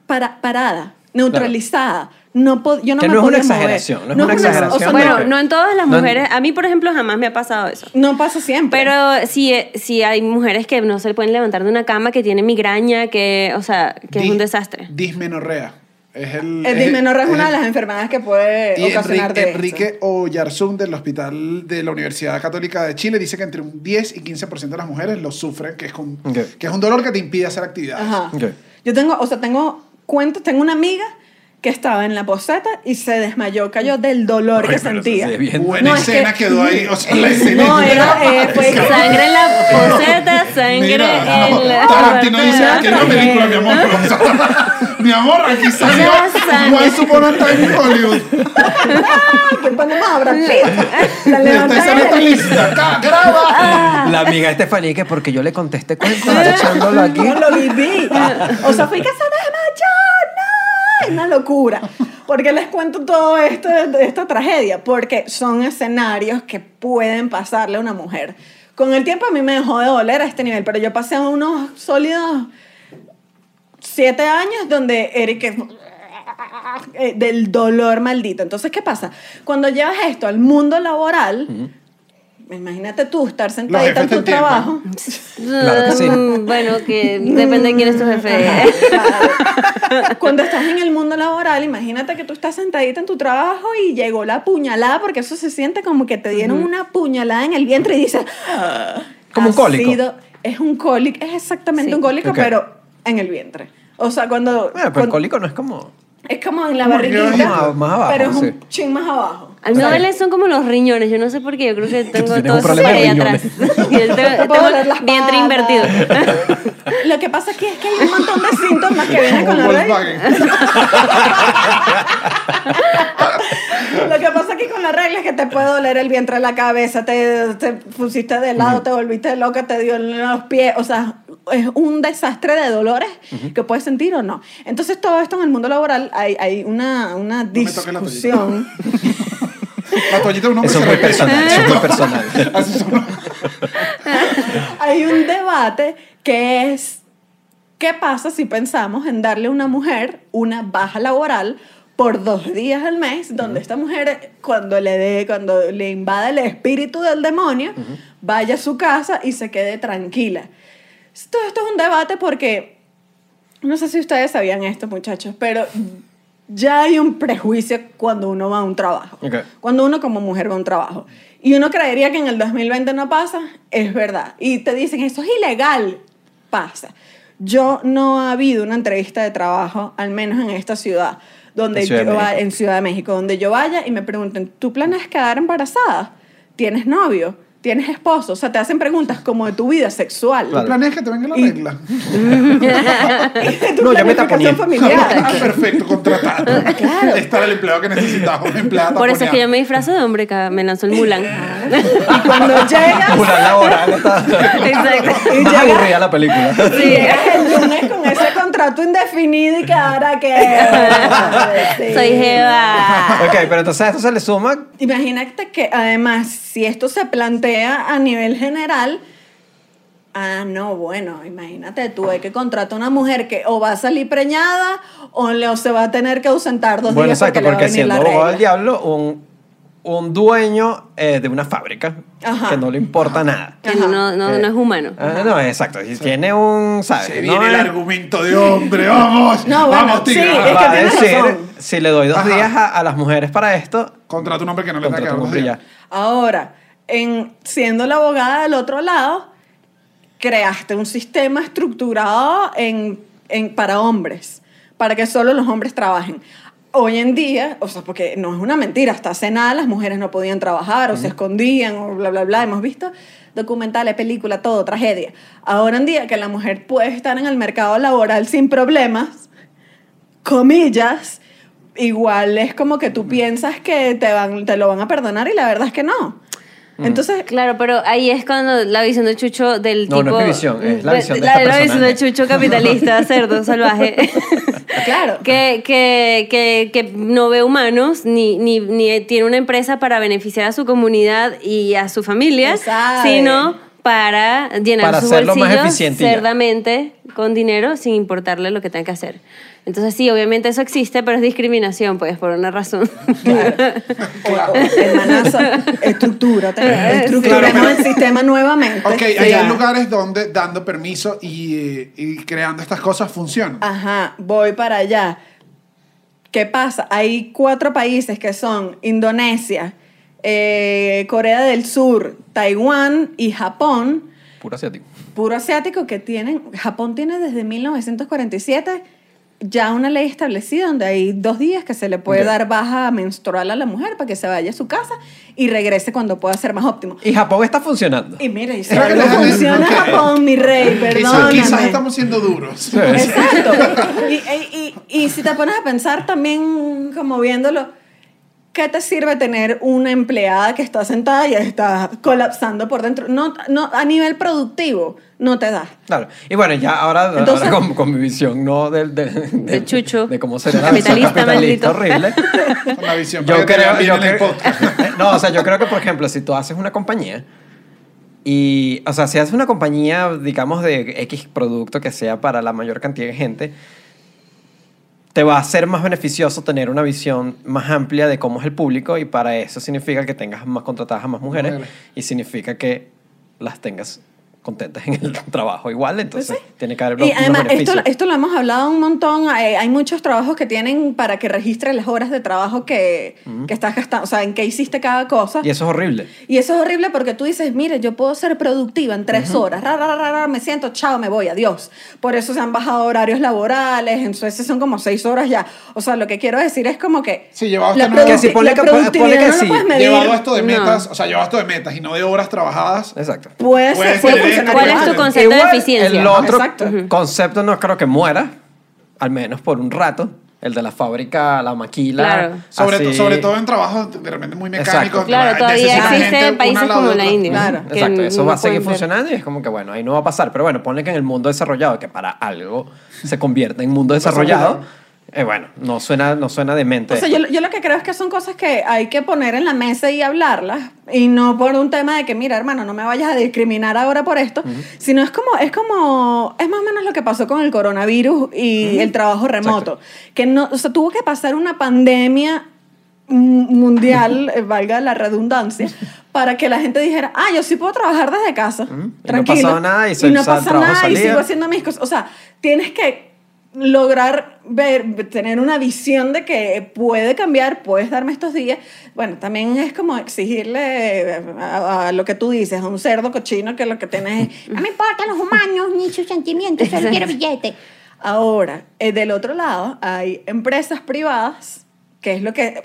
A: para, parada, neutralizada. No pod- yo no
C: Que
A: me
C: no es una
A: podía mover.
C: exageración, no es una
A: ex-
C: exageración
A: o sea,
C: de
A: no-
D: Bueno, no en todas las
C: No en-
D: mujeres. A mí, por ejemplo, jamás me ha pasado eso.
A: no pasa siempre.
D: Pero sí, eh, sí hay mujeres que no se pueden levantar de una cama, que tienen migraña, que, o sea, que es
B: Dis-
D: un desastre.
B: Dismenorrea. Es el,
C: Eh,
A: el dismenorrea es una de
B: el-
A: las enfermedades que puede
B: Y
A: ocasionar
B: Enrique,
A: de esto.
B: Enrique Oyarzún del Hospital de la Universidad Católica de Chile dice que entre un 10 y 15% de las mujeres lo sufren, que es, con-
C: Ok.
B: que es un dolor que te impide hacer actividades.
A: Ajá.
C: Ok.
A: Yo tengo, o sea, tengo cuentos, tengo una amiga que estaba en la poseta y se desmayó, cayó del dolor que
C: Ay, pero eso sí
A: sentía.
C: es bien.
B: Buena
A: No, es
B: escena
A: que-
B: quedó ahí. O sea, la escena
A: [laughs] No, era,
B: entera
A: eh,
C: Pues,
A: fue
B: parece-
D: Pues, Sangre
C: [laughs]
D: en la poseta, sangre
B: Mira,
D: en la.
B: Tarantino dice
D: puerta.
B: aquí es una película, mi amor. O sea, [laughs] mi amor, aquí salió
D: sangre.
B: Once Upon a Time in Hollywood.
A: que ponemos a Brad Pitt. La
B: Esta
A: levanta
B: escena
A: de [laughs]
B: está lista. Acá,
A: Ah,
C: [laughs]
B: graba.
C: La amiga Estefanía, que porque yo le contesté
A: [laughs]
C: cuento, ahora echándolo
A: la-
C: aquí.
A: No lo viví. O sea, fui casada de mayor. No, es una locura. Porque les cuento todo esto de esta tragedia? Porque son escenarios que pueden pasarle a una mujer. Con el tiempo a mí me dejó de doler a este nivel, pero yo pasé unos sólidos siete años donde Eric es- eh, del dolor maldito. Entonces, ¿qué pasa? Cuando llevas esto al mundo laboral, imagínate tú estar sentadita en
B: jefes te
A: tu
B: entienden.
A: trabajo.
C: Claro que sí. Mm.
D: Mm, Bueno, que depende de quién es tu
A: Ajá,
D: jefe.
A: claro. Cuando estás en el mundo laboral, imagínate que tú estás sentadita en tu trabajo y llegó la puñalada, porque eso se siente como que te dieron una puñalada en el vientre y dices. "Ah,
C: Como un
A: ha
C: cólico.
A: sido-". es un cólico, es exactamente
D: Sí.
A: un cólico,
C: Ok.
A: pero en el vientre. O sea, cuando.
C: Bueno, pero el
A: cuando-
C: cólico no es como.
A: es como en la
B: Como que
A: barriguita,
C: más- más abajo,
A: pero es un
C: sí.
A: chin más abajo.
D: A mí me
C: Ok.
D: duelen son como los riñones, yo no sé por qué, yo creo
C: [laughs]
D: que tengo
C: tienes
D: todo
C: un
D: eso
C: problema de
D: ahí atrás. [laughs] Y
A: [laughs]
D: el te-
A: Te puedo
D: tengo
A: doler las
D: vientre
A: patas.
D: [laughs] invertido.
A: [laughs] Lo que pasa aquí es que hay un montón de síntomas
C: [laughs]
A: que vienen
B: Como
A: con la regla.
B: Volkswagen.
A: Lo que pasa aquí con la regla es que te puede doler el vientre, la cabeza, te, te pusiste de lado, te volviste loca, te dio en los pies. O sea, es un desastre de dolores que puedes sentir o no. Entonces, todo esto en el mundo laboral hay, hay una, una
B: me toques la
A: discusión.
B: La toallita de un hombre
C: Eso es
B: se
C: muy
B: regresa.
C: personal, eso es
A: [laughs]
C: muy personal.
B: [laughs]
C: [laughs]
B: Así son.
A: [laughs] hay un debate que es ¿qué pasa si pensamos en darle a una mujer una baja laboral por dos días al mes, donde esta mujer, cuando le dé, cuando le invada el espíritu del demonio, vaya a su casa y se quede tranquila? Todo esto es un debate porque, no sé si ustedes sabían esto, muchachos, pero ya hay un prejuicio cuando uno va a un trabajo.
C: Ok.
A: Cuando uno como mujer va a un trabajo. Y uno creería que en el 2020 no pasa, es verdad. Y te dicen, eso es ilegal, pasa. Yo no ha habido una entrevista de trabajo, al menos en esta ciudad, donde
C: En Ciudad de
A: yo va-
C: México.
A: en Ciudad de México, donde yo vaya y me pregunten, ¿tú planeas quedar embarazada? ¿Tienes novio? tienes esposo, o sea, te hacen preguntas como de tu vida sexual.
C: Claro.
B: planeas que te venga la
A: Y-
B: regla.
A: Tu [laughs]
C: No, ya me
A: planificación
C: taponé. [laughs]
B: [laughs] Ah,
A: familiar.
B: perfecto, contratado.
A: Claro.
B: Está el empleado que necesitaba, un empleado
D: Por eso es que yo
B: taponeado.
D: me disfrazo de hombre, cada- me lanzo el Mulan.
A: Y cuando llegas,
C: Una laboral está.
D: Exacto.
A: Y
C: Más
A: llega-
C: aburrida la película.
A: y llegas el lunes con ese contrato indefinido y que ahora
C: [laughs]
D: Ah, [laughs]
A: que...
D: Soy Jeva. [laughs]
C: Ok, pero entonces a esto se le suma.
A: Imagínate que además, si esto se plantea a nivel general, ah, no, bueno, imagínate tú, hay que contratar a una mujer que o va a salir preñada o, le- o se va a tener que ausentar dos
C: Bueno,
A: días
C: exacto,
A: porque,
C: porque
A: le
C: siendo
A: va a
C: abogado del
A: venir la regla.
C: diablo, un, un dueño eh, de una fábrica
A: Ajá.
C: que no le importa nada.
D: Que no, no, no es humano.
C: Ah, no, exacto. y Tiene un, ¿sabes?
B: Se
C: no eh.
B: viene el
C: es-
B: argumento de hombre, vamos.
A: No, bueno,
B: vamos, tigre.
A: sí,
B: Ah,
A: es que
C: va a
A: tienes
C: decir,
A: razón.
C: si le doy dos
B: Ajá.
C: días a, a las mujeres para esto,
B: Contrata un hombre que no le está
C: contrato
B: quedando.
C: cumple ya.
A: Ahora, en, siendo la abogada del otro lado, creaste un sistema estructurado en, en- para hombres, para que solo los hombres trabajen. Hoy en día, o sea, porque no es una mentira, hasta hace nada las mujeres no podían trabajar o se escondían o bla, bla, bla. Hemos visto documentales, películas, todo, tragedia. Ahora en día que la mujer puede estar en el mercado laboral sin problemas, comillas, igual es como que tú piensas que te, van, te lo van a perdonar y la verdad es que no.
D: [laughs]
A: Entonces,
D: Claro, pero ahí es cuando la visión de Chucho del
C: No, no
D: tipo...
C: es mi visión, es la visión de
D: la,
C: esta
D: la visión de
C: personaje. [laughs]
D: Chucho capitalista, cerdo, salvaje.
A: claro.
D: que, que, que, que no ve humanos ni, ni, ni tiene una empresa para beneficiar a su comunidad y a su familia,
A: Exacto.
D: sino para llenar
C: Para
D: sus
C: hacerlo más
D: bolsillos
C: eficiente y ya.
D: cerdamente con dinero sin importarle lo que tenga que hacer. Entonces sí, obviamente eso existe, pero es discriminación, pues, por una razón.
A: Claro. [laughs] Hermanaza, estructúrate,
D: Eh,
A: estructuremos
B: claro, pero-
A: el sistema nuevamente.
B: Ok, ahí
A: Sí.
B: hay lugares donde dando permiso y, eh, y creando estas cosas funcionan.
A: Ah, Ajá, voy para allá. ¿Qué pasa? Hay cuatro países que son Indonesia, eh, Corea del Sur, Taiwán y Japón,
C: Puro asiático.
A: puro asiático que tienen, Japón tiene desde 1947 ya una ley establecida donde hay dos días que se le puede
C: Ok.
A: dar baja menstrual a la mujer para que se vaya a su casa y regrese cuando pueda ser más óptimo.
C: Y Japón está funcionando.
A: Y mira, y si
B: Creo que
A: no
B: les-
A: funciona
B: ok.
A: Japón, mi rey,
B: Quizás,
A: perdóname.
B: quizás estamos siendo duros.
A: Exacto. Y, e, y- y- y si te pones a pensar también, como viéndolo, ¿qué te sirve tener una empleada que está sentada y está colapsando por dentro? No, no, a nivel productivo, no te da.
C: Claro. Y bueno, ya ahora, ahora
A: Entonces-
C: con, con mi visión, ¿no del, del-
D: De Chucho.
C: de cómo será la
D: Capitalista,
C: visión capitalista
D: maldito.
C: horrible.
B: Con la visión.
C: yo
B: para que te
C: creo,
B: vean bien
C: yo
B: en el
C: creo-
B: podcast.
C: [laughs] no, o sea, yo creo que, por ejemplo, si tú haces una compañía y, o sea, si haces una compañía, digamos, de X producto que sea para la mayor cantidad de gente, te va a ser más beneficioso tener una visión más amplia de cómo es el público y para eso significa que tengas más contratadas a más mujeres
B: Mujeres.
C: y significa que las tengas contentas en el [laughs] trabajo igual, entonces tiene que haber
A: Pues Y
C: unos
A: además, esto,
C: beneficios.
A: esto lo hemos hablado un montón. eh, Hay, hay muchos trabajos que tienen para que registres las horas de trabajo que, que estás gastando, o sea, en qué hiciste cada cosa.
C: Y eso es horrible.
A: Y eso es horrible porque tú dices, mire, yo puedo ser productiva en tres horas, ra, ra, ra, ra, me siento, chao, me voy, adiós. Por eso se han bajado horarios laborales, en Suecia son como seis horas ya. O sea, lo que quiero decir es como que...
B: Sí, llevado
A: la
B: hasta nueve.
A: producti-
B: Que
C: si ponle
A: la
C: que- ponle- ponle
A: productividad
C: que
A: no
C: sí,
A: la puedes medir.
B: Llevado esto de
D: No.
B: metas, o sea, llevado esto de metas y no de horas trabajadas.
C: Exacto.
A: Puede,
B: [laughs] Puede
A: ser, puede
B: ser,
A: funcionar.
D: ¿Cuál es
A: igual.
D: tu concepto de
C: Igual,
D: eficiencia?
C: El otro
A: Exacto. Ujú.
C: concepto no creo que muera, al menos por un rato. El de la fábrica, la maquila.
D: Claro.
B: Sobre,
C: así.
B: to- sobre todo en trabajos de repente muy mecánicos.
C: Exacto.
D: Claro, todavía
B: necesitan gente
D: existen
B: una
D: países
B: al lado
D: como
B: de
D: la
B: otra.
D: India.
A: Claro.
D: que
C: Exacto, eso
D: no
C: va a seguir
D: pueden ver.
C: funcionando y es como que bueno, ahí no va a pasar. Pero bueno, ponle que en el mundo desarrollado, que para algo se convierte en
B: [laughs]
C: mundo desarrollado, eh, bueno, no suena, no suena demente.
A: O sea, yo, yo lo que creo es que son cosas que hay que poner en la mesa y hablarlas. Y no por un tema de que, mira, hermano, no me vayas a discriminar ahora por esto. Sino es como, es como, es más o menos lo que pasó con el coronavirus y el trabajo remoto. Que no, o sea, tuvo que pasar una pandemia mu- mundial, eh, valga la redundancia, para que la gente dijera, ah, yo sí puedo trabajar desde casa.
C: no
A: Tranquilo.
C: pasaba nada y se-
A: no
C: o sea, el
A: pasa
C: trabajo
A: nada y
C: salía.
A: sigo haciendo mis cosas. O sea, tienes que lograr ver, tener una visión de que puede cambiar, puedes darme estos días. Bueno, también es como exigirle a, a lo que tú dices, a un cerdo cochino que lo que tienes es...
E: No me importan los humanos ni sus sentimientos, solo quiero billete.
A: Ahora, eh, del otro lado, hay empresas privadas, que es lo que...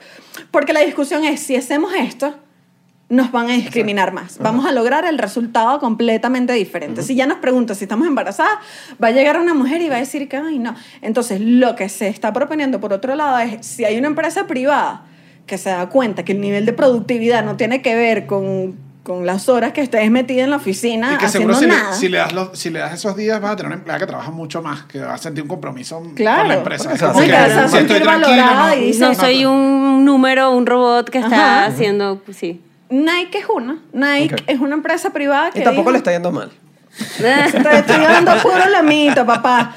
A: Porque la discusión es, si hacemos esto, nos van a discriminar más. Vamos a lograr el resultado completamente diferente. Si ya nos preguntan si estamos embarazadas, va a llegar una mujer y va a decir que, ay, no. Entonces, lo que se está proponiendo, por otro lado, es si hay una empresa privada que se da cuenta que el nivel de productividad no tiene que ver con, con las horas que estés metida en la oficina
D: Ah,
B: Y que seguro
A: haciendo
B: si le,
A: nada.
B: si le das los- si le das esos días vas a tener una empleada que trabaja mucho más, que va a sentir un compromiso con
A: Claro,
B: la empresa.
A: porque
B: Es
C: se
B: como
C: hace que
B: que,
C: se va a
B: si estoy
A: sentir
B: tranquila,
A: valorada
B: no,
A: y dice,
D: No soy un número, un robot que está
A: Ajá.
D: haciendo, sí.
A: Nike es una. Nike
C: Ok.
A: es una empresa privada que
C: Y tampoco
A: dijo,
C: le está yendo
D: [laughs]
C: mal.
A: Te
C: [laughs]
A: estoy dando puro lamito, papá.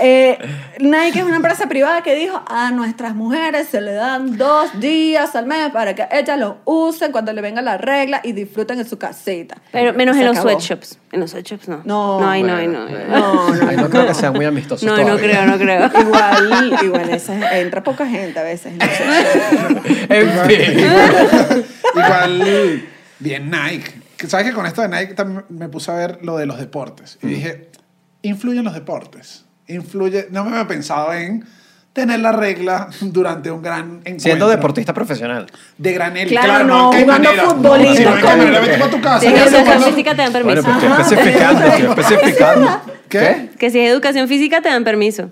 A: Eh, Nike es una empresa privada que dijo a nuestras mujeres se le dan dos días al mes para que ellas los usen cuando le venga la regla y disfruten en su casita.
D: Pero menos
A: Se
D: en los
A: acabó.
D: sweatshops. En los sweatshops no.
A: No,
D: No, ahí no, ahí
C: Bueno,
D: no. ahí
C: bueno.
D: No,
A: No, no,
C: Ahí no creo que sean muy amistosos
D: no, no creo, no creo.
A: [laughs] Igual, igual esa- entra poca gente a veces. no sé.
C: En fin.
B: [laughs] Igual, bien Nike. Que ¿Sabes que con esto de Nike también me puse a ver lo de los deportes? Y dije, influyen los deportes. Influye, no me había pensado en tener la regla durante un gran encuentro.
C: Siendo deportista profesional.
B: De gran élite.
A: Claro, no,
B: que hay
A: jugando
B: manera.
A: futbolito
B: Sí, no hay
C: con-
B: manera, vete pa' tu casa.
D: Sí,
B: ya
D: que si
B: se
D: es educación
B: guarda-
D: física te dan
C: Ah,
D: permiso.
C: Bueno, pero
A: Ajá.
C: estoy especificando, estoy especificando.
B: [laughs] ¿Qué?
D: Que si es educación física te dan permiso.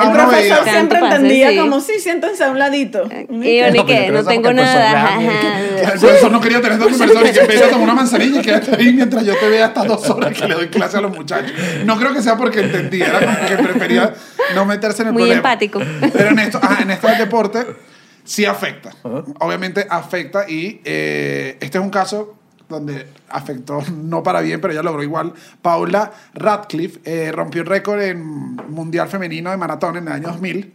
B: Ah,
A: El
B: una
A: profesor
B: bebida.
A: siempre
D: Tanto pase,
A: entendía
D: sí.
A: como, sí, siéntense a un ladito.
D: Y yo
C: No,
D: ni
C: pero creo
D: qué, no
C: que eso
D: tengo
C: porque el
D: nada.
C: personaje-
D: ajá.
B: El profesor no quería tener dos conversadores y que empieza a tomar una manzanilla y
D: [laughs]
B: quédate ahí mientras yo te vea estas dos horas que le doy clase a los muchachos. No creo que sea porque entendía, era como que prefería no meterse en el
D: Muy
B: problema.
D: empático.
B: Pero en esto, ah, en esto del deporte sí afecta. Obviamente afecta y eh, este es un caso donde afectó no para bien, pero ella logró igual. Paula Radcliffe eh, rompió el récord en Mundial Femenino de Maratón en el año 2000.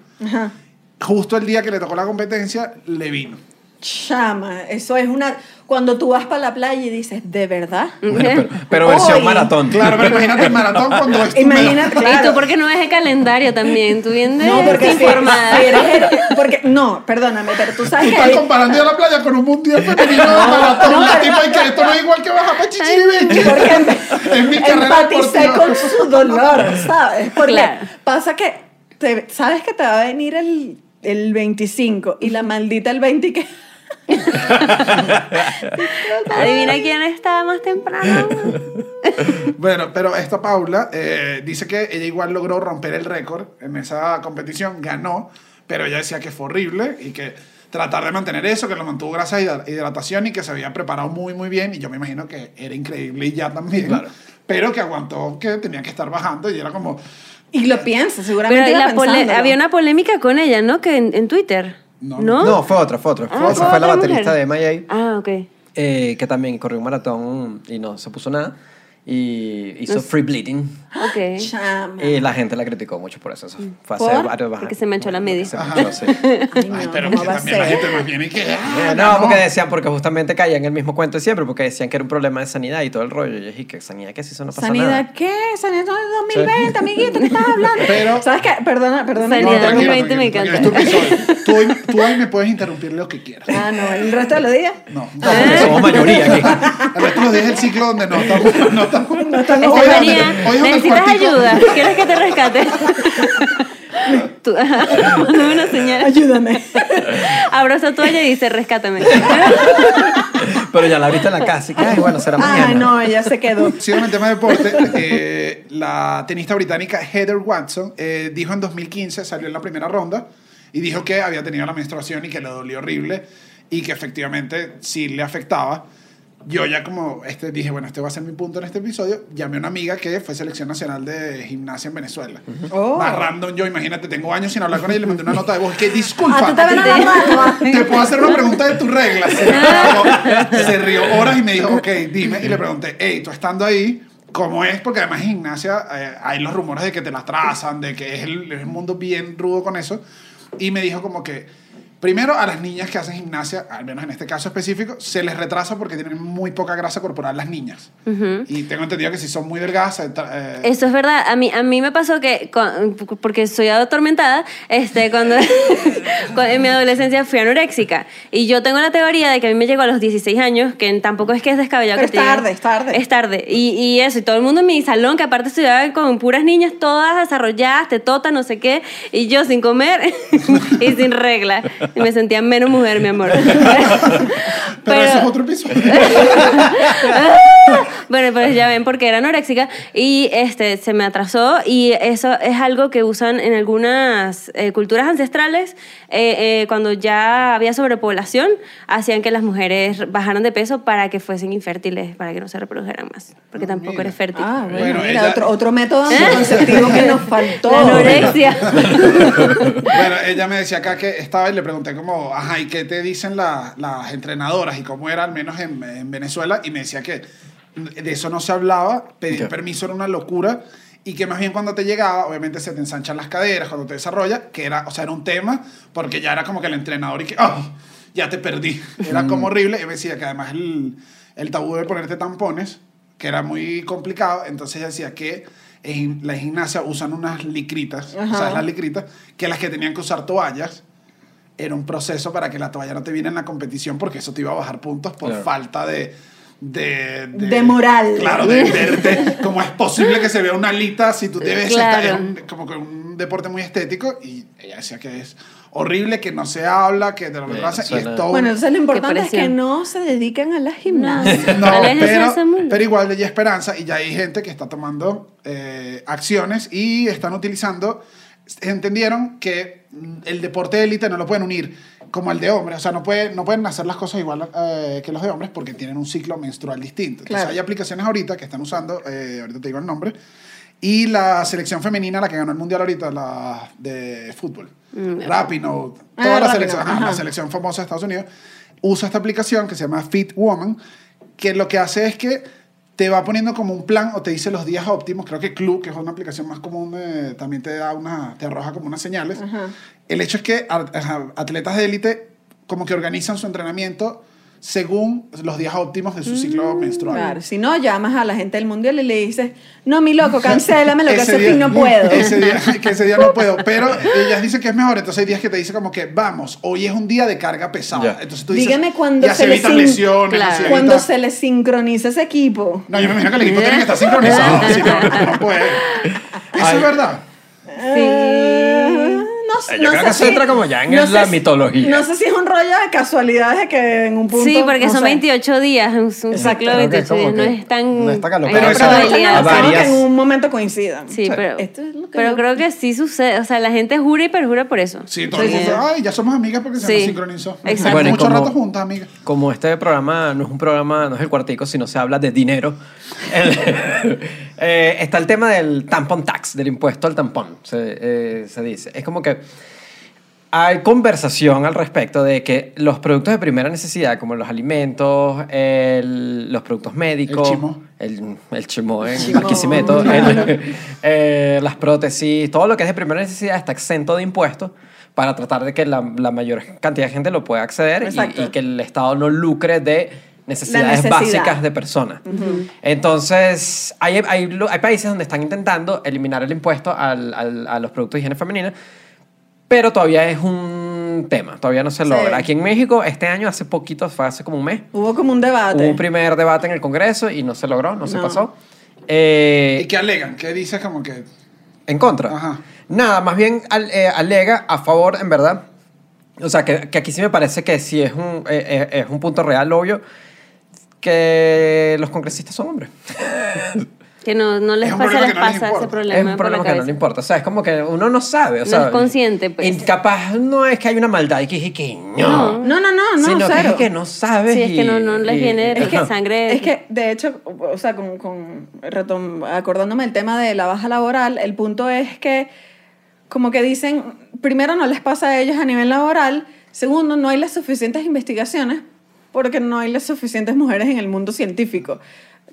B: Justo el día que le tocó la competencia, le vino.
A: Chama, eso es una... Cuando tú vas para la playa y dices, ¿de verdad?
C: [laughs] Bueno, pero, pero versión
A: Hoy.
C: maratón.
B: Claro, pero imagínate el maratón cuando es tu
A: Imagínate,
D: [laughs] ¿Y tú
A: claro.
D: por qué no ves el calendario también? ¿Tú vienes
A: No, porque si- [laughs]
D: informada?
A: si eres hetero- porque no, perdóname, pero tú
B: Tú
A: sabes
B: estás
A: que
B: comparando ya la playa con un mundial femenino de
A: [laughs]
B: maratón.
A: no,
B: la
A: pero-
B: tipa y que esto no es igual que bajar para Chichiribeche. [laughs]
A: porque
D: [laughs]
A: em-
B: Es mi carrera
A: empaticé
B: deportiva.
A: con
B: [laughs]
A: su dolor, ¿sabes? Porque
D: Claro.
A: pasa que te- sabes que te va a venir el, el 25 y la maldita el 20 que
D: Adivina quién estaba más temprano.
B: Bueno, pero esta Paula eh, dice que ella igual logró romper el récord en esa competición, ganó, pero ella decía que fue horrible y que tratar de mantener eso, que lo mantuvo gracias a hidra- hidratación y que se había preparado muy, muy bien. Y yo me imagino que era increíble y ya también. Pero que aguantó que tenía que estar bajando y era como,
A: y lo piensas,
D: Pero
A: seguramente
D: y
A: iba
D: la pole-
A: pensándolo.
D: había una polémica con ella, ¿no? Que en, en Twitter.
B: No.
D: No.
C: No, fue otra, fue otra.
D: Ah,
C: Fue- esa fue la
D: otra
C: baterista
D: mujer.
C: de MIA.
D: Ah, ok.
C: eh, que también corrió un maratón y no se puso nada y hizo free bleeding
D: Ok.
A: Chama.
C: y la gente la criticó mucho por eso. Eso Fue hace
A: ¿Por?
C: varios
D: Ah. Mm. Porque se manchó la media.
C: Se
B: Ajá.
C: manchó,
D: [laughs]
C: sí.
A: Ay, no,
B: ay, pero
A: ¿cómo
B: que
A: va a
B: también la
A: ser?
B: gente más viene y que...
C: Eh,
B: "Ah,
C: No,
B: ganó".
C: porque decían, porque justamente caían en el mismo cuento de siempre, porque decían que era un problema de sanidad y todo el rollo. Y yo dije, que sanidad, que si eso no pasa
A: ¿Sanidad
C: nada.
A: qué? ¿Sanidad 2020,
C: Sí.
A: amiguito? ¿Qué estás hablando?
B: Pero-
A: ¿Sabes qué? Perdona, perdona.
D: Sanidad
A: no,
B: tranquila,
D: 2020 me
B: tranquila,
D: encanta.
B: es tu episodio. Tú hoy- tú hoy me puedes interrumpir lo que quieras.
A: Ah, no, el resto de los días.
B: No,
C: No,
D: [laughs]
C: porque somos mayoría aquí.
B: A ver, tú nos dejas el ciclo donde no estamos. No estamos. Hoy es donde-
D: Estefanía,
B: hoy es donde el
D: necesitas
B: cuartico-
D: ayuda. ¿Quieres que
B: [laughs]
D: te rescate? [laughs] Tú, [laughs] mándame una señal.
A: Ayúdame.
D: Abraza a toalla y dice, rescátame.
C: Pero ya la viste en la casa y que, ay, bueno,
D: Ah,
C: será mañana.
A: Ay, Ah, no, ella se
D: [laughs]
A: quedó.
B: Siguiendo en el tema de deporte, eh, la tenista británica Heather Watson eh, dijo en 2015, salió en la primera ronda, y dijo que había tenido la menstruación y que le dolió horrible y que efectivamente sí le afectaba. Yo ya como este, dije, bueno, este va a ser mi punto en este episodio, llamé a una amiga que fue selección nacional de gimnasia en Venezuela.
A: Oh.
B: Más random yo, imagínate, tengo años sin hablar con ella y le mandé una nota de voz que disculpa.
A: Ah, tú te ven a la Ah. mano.
B: Te puedo hacer una pregunta de tus reglas.
A: [laughs]
B: [laughs] Se rió horas y me dijo, ok, dime. Y le pregunté, hey, tú estando ahí, ¿cómo es? Porque además en gimnasia eh, hay los rumores de que te las trazan, de que es el, es un mundo bien rudo con eso. Y me dijo como que, primero a las niñas que hacen gimnasia, al menos en este caso específico, se les retrasa porque tienen muy poca grasa corporal las niñas. Y tengo entendido que si son muy delgadas, se tra- eh,
D: Eso es verdad. A mí, a mí me pasó que, con- porque soy atormentada, este,
A: [laughs]
D: cuando, cuando en mi adolescencia fui anoréxica. Y yo tengo la teoría de que a mí me llegó a los 16 años, que tampoco es que es descabellado.
A: Pero
D: que
A: es
D: te llegue-
A: tarde, es tarde.
D: Es tarde. Y, y eso, y todo el mundo en mi salón, que aparte estudiaba con puras niñas, tota, todas desarrolladas, tetotas, no sé qué, [laughs] y yo sin comer y sin regla. y me sentía menos mujer, mi
A: [laughs]
D: amor.
B: Pero, ese es otro episodio.
D: [laughs] bueno, pues ya ven porque era anoréxica y este se me atrasó y eso es algo que usan en algunas eh, culturas ancestrales eh, eh, cuando ya había sobrepoblación hacían que las mujeres bajaran de peso para que fuesen infértiles, para que no se reprodujeran más, porque tampoco
B: mira.
D: eres fértil.
A: Ah, bueno,
B: Bueno,
A: mira,
B: ella-
A: otro, otro método anticonceptivo que nos faltó.
D: ¿Eh?
C: [laughs]
D: La anorexia. [laughs]
B: bueno, ella me decía acá que estaba y le pregunté como, ajá, ¿y qué te dicen la- las entrenadoras y cómo era al menos en, en Venezuela? Y me decía que de eso no se hablaba, pedir
C: Ya.
B: permiso era una locura y que más bien cuando te llegaba, obviamente se te ensanchan las caderas cuando te desarrollas, que era, o sea, era un tema porque ya era como que el entrenador y que, ¡ay! Ya te perdí. Era como horrible. Y me decía que además el, el tabú de ponerte tampones, que era muy complicado, entonces ella decía que en la gimnasia usan unas licritas,
A: Ajá.
B: ¿sabes? Las licritas, que las que tenían que usar toallas era un proceso para que la toalla no te viera en la competición porque eso te iba a bajar puntos por
C: Claro.
B: falta de, de,
A: De moral.
B: Claro, de verte. ¿Cómo es posible que se vea una alita si tú debes
D: Claro.
B: estar en como que un deporte muy estético? Y ella decía que es horrible, que no se habla, que de lo que
C: Bueno,
B: lo hacen, y
C: suena-
B: es todo un-
A: Bueno, entonces lo importante es que
D: presión.
A: no se dediquen a la gimnasia.
D: [laughs]
B: [laughs] No,
D: Aléjense de
B: pero,
D: ese mundo.
B: pero igual hay esperanza y ya hay gente que está tomando eh, acciones y están utilizando. Entendieron que mm, el deporte de élite no lo pueden unir como el de hombres. O sea, no, puede, no pueden hacer las cosas igual eh, que los de hombres porque tienen un ciclo menstrual distinto. Entonces,
A: Claro.
B: hay aplicaciones ahorita que están usando, eh, ahorita te digo el nombre, y la selección femenina, la que ganó el mundial ahorita, la de fútbol. Rapinoe,
A: Mm, Ah,
B: toda la
A: Rapinoe,
B: selección, ajá, la
A: ajá.
B: selección famosa de Estados Unidos, usa esta aplicación que se llama Fit Woman, que lo que hace es que te va poniendo como un plan o te dice los días óptimos. Creo que Club, que es una aplicación más común, eh, también te da una, te arroja como unas señales. El hecho es que a- ajá, atletas de élite como que organizan su entrenamiento según los días óptimos de su ciclo menstrual.
A: Claro, si no, llamas a la gente del mundial y le dices, no, mi
C: [laughs]
A: loco, cancélame lo que
B: Ese
A: hace
B: día-
A: fin no puedo.
B: [laughs] Ese día, que ese día
A: [laughs]
B: no puedo. Pero ellas dicen que es mejor. Entonces hay días que te dicen como que vamos, hoy es un día de carga pesada.
C: Ya.
B: Entonces tú dices,
A: Dígame cuando
B: ya
A: se les
B: evitan
A: in-
B: lesiones.
D: Claro.
B: se
A: Cuando
B: evita-
A: se le sincroniza ese equipo.
B: No, yo me imagino que el equipo tiene que estar sincronizado.
A: [laughs]
B: si no, no, no puede. Eso
C: Ay.
B: es verdad.
D: Ah.
A: Eh, no, sé-
C: Yo
A: no
C: creo
A: sé
C: que eso
A: si-
C: entra como ya en
A: no
C: el- la
A: sé si-
C: mitología.
A: No sé si es un rollo de casualidades de que en un punto.
D: Sí, porque
A: no
D: son
A: sé.
D: 28 días, un, un ciclo de
C: Creo que es
D: 28
C: como
D: días, no
C: que
D: es tan...
C: no es tan
D: hay
C: galopante.
B: Pero eso-
D: probabilidad.
A: Probabilidades, ¿no?
C: varias-
A: que en un momento coincidan.
D: Sí, pero,
A: Esto es lo que
D: pero
A: yo-
D: creo que sí sucede. O sea, la gente jura y perjura por eso.
B: Sí, todo el mundo. Ay, ya somos amigas porque se
D: Sí.
B: nos sincronizó.
D: Exacto.
C: Bueno, y
B: Mucho
C: como-
B: rato juntas, amigas.
C: Como este programa no es un programa, no es el cuartico, sino se habla de dinero, el- [laughs] eh, está el tema del tampon tax, del impuesto al tampón, se, eh, se dice. Es como que hay conversación al respecto de que los productos de primera necesidad, como los alimentos, el- los productos médicos...
B: El chimó.
C: El, el eh, chimó en
A: Chimó.
C: Barquisimeto, el- [laughs] eh, las prótesis, todo lo que es de primera necesidad está exento de impuestos para tratar de que la, la mayor cantidad de gente lo pueda acceder y-
A: Exacto.
C: y, que el Estado no lucre de necesidades
A: necesidad.
C: básicas de personas. Entonces, hay, hay lu- hay países donde están intentando eliminar el impuesto al- al- a los productos de higiene femenina, pero todavía es un tema, todavía no se
A: Sí.
C: logra. Aquí en México, este año, hace poquito, fue hace como un mes,
A: Hubo como un debate.
C: hubo un primer debate en el Congreso y no se logró, no, se
A: No.
C: pasó. Eh,
B: ¿Y qué alegan? ¿Qué dices como que.?
C: en contra.
B: Ajá.
C: Nada, más bien al- eh, alega a favor, en verdad. O sea, que, que aquí sí me parece que sí es un, eh, eh, es un punto real, obvio, que los congresistas son hombres.
D: Que no, no les
B: Es un
D: pasa,
B: problema
D: les
B: que no les
D: pasa ese
B: importa.
D: problema.
C: es un
D: por la
C: problema que no le
D: cabeza.
C: importa. O sea, es como que uno no sabe. O
D: No
C: sea,
D: es consciente, pues.
C: y capaz no es que hay una maldad y que, y que no.
A: No, no, no, no,
C: Sino que
A: cero.
C: es que no sabes.
D: Sí, es que no- no les viene de
A: Es que,
D: Ajá. Sangre.
A: es que, de hecho, o sea, con, con- retom- acordándome el tema de la baja laboral, el punto es que, como que dicen, primero no les pasa a ellos a nivel laboral, segundo, no hay las suficientes investigaciones porque no hay las suficientes mujeres en el mundo científico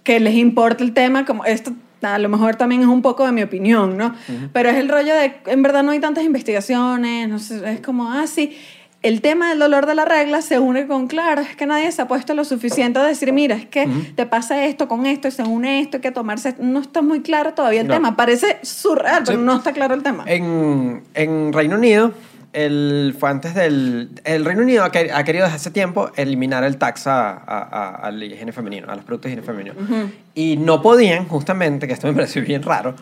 A: que les importa el tema, como esto a lo mejor también es un poco de mi opinión, ¿no? Pero es el rollo de, en verdad no hay tantas investigaciones, no sé, es como, ah, sí, el tema del dolor de la regla se une con, claro, es que nadie se ha puesto lo suficiente a decir, mira, es que te pasa esto con esto, y se une esto, hay que tomarse, no está muy claro todavía el
C: No.
A: tema, parece surreal, pero
C: Sí.
A: no está claro el tema.
C: En, en Reino Unido el, fue antes del... El Reino Unido ha, que- ha querido desde hace tiempo eliminar el tax a, a- a- al higiene femenino, a los productos de higiene femenino. Y no podían, justamente, que esto me pareció bien raro,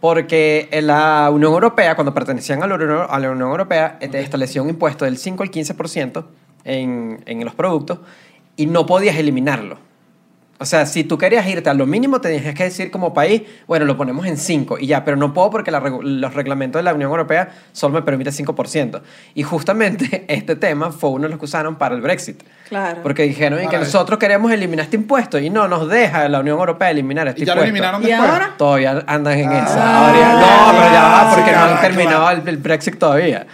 C: porque en la Unión Europea, cuando pertenecían a la Unión, a la Unión Europea, este, estableció un impuesto del 5 al 15% en, en los productos y no podías eliminarlo. O sea, si tú querías irte a lo mínimo, tenías que decir como país, bueno, lo ponemos en 5 y ya, pero no puedo porque la regu- los reglamentos de la Unión Europea solo me permite 5%. Y justamente [laughs] este tema fue uno de los que usaron para el Brexit.
A: Claro.
C: Porque dijeron y que
B: Para el-
C: nosotros queremos eliminar este impuesto y no nos deja la Unión Europea eliminar este
B: Y ya lo
C: impuesto.
B: eliminaron
A: ¿Y
B: después.
A: ahora?
C: Todavía andan en
B: Ah,
C: eso. Ahora ya- no, pero ya va,
B: sí,
C: porque no
B: ya
C: han
B: va,
C: terminado
B: claro.
C: el, el Brexit todavía.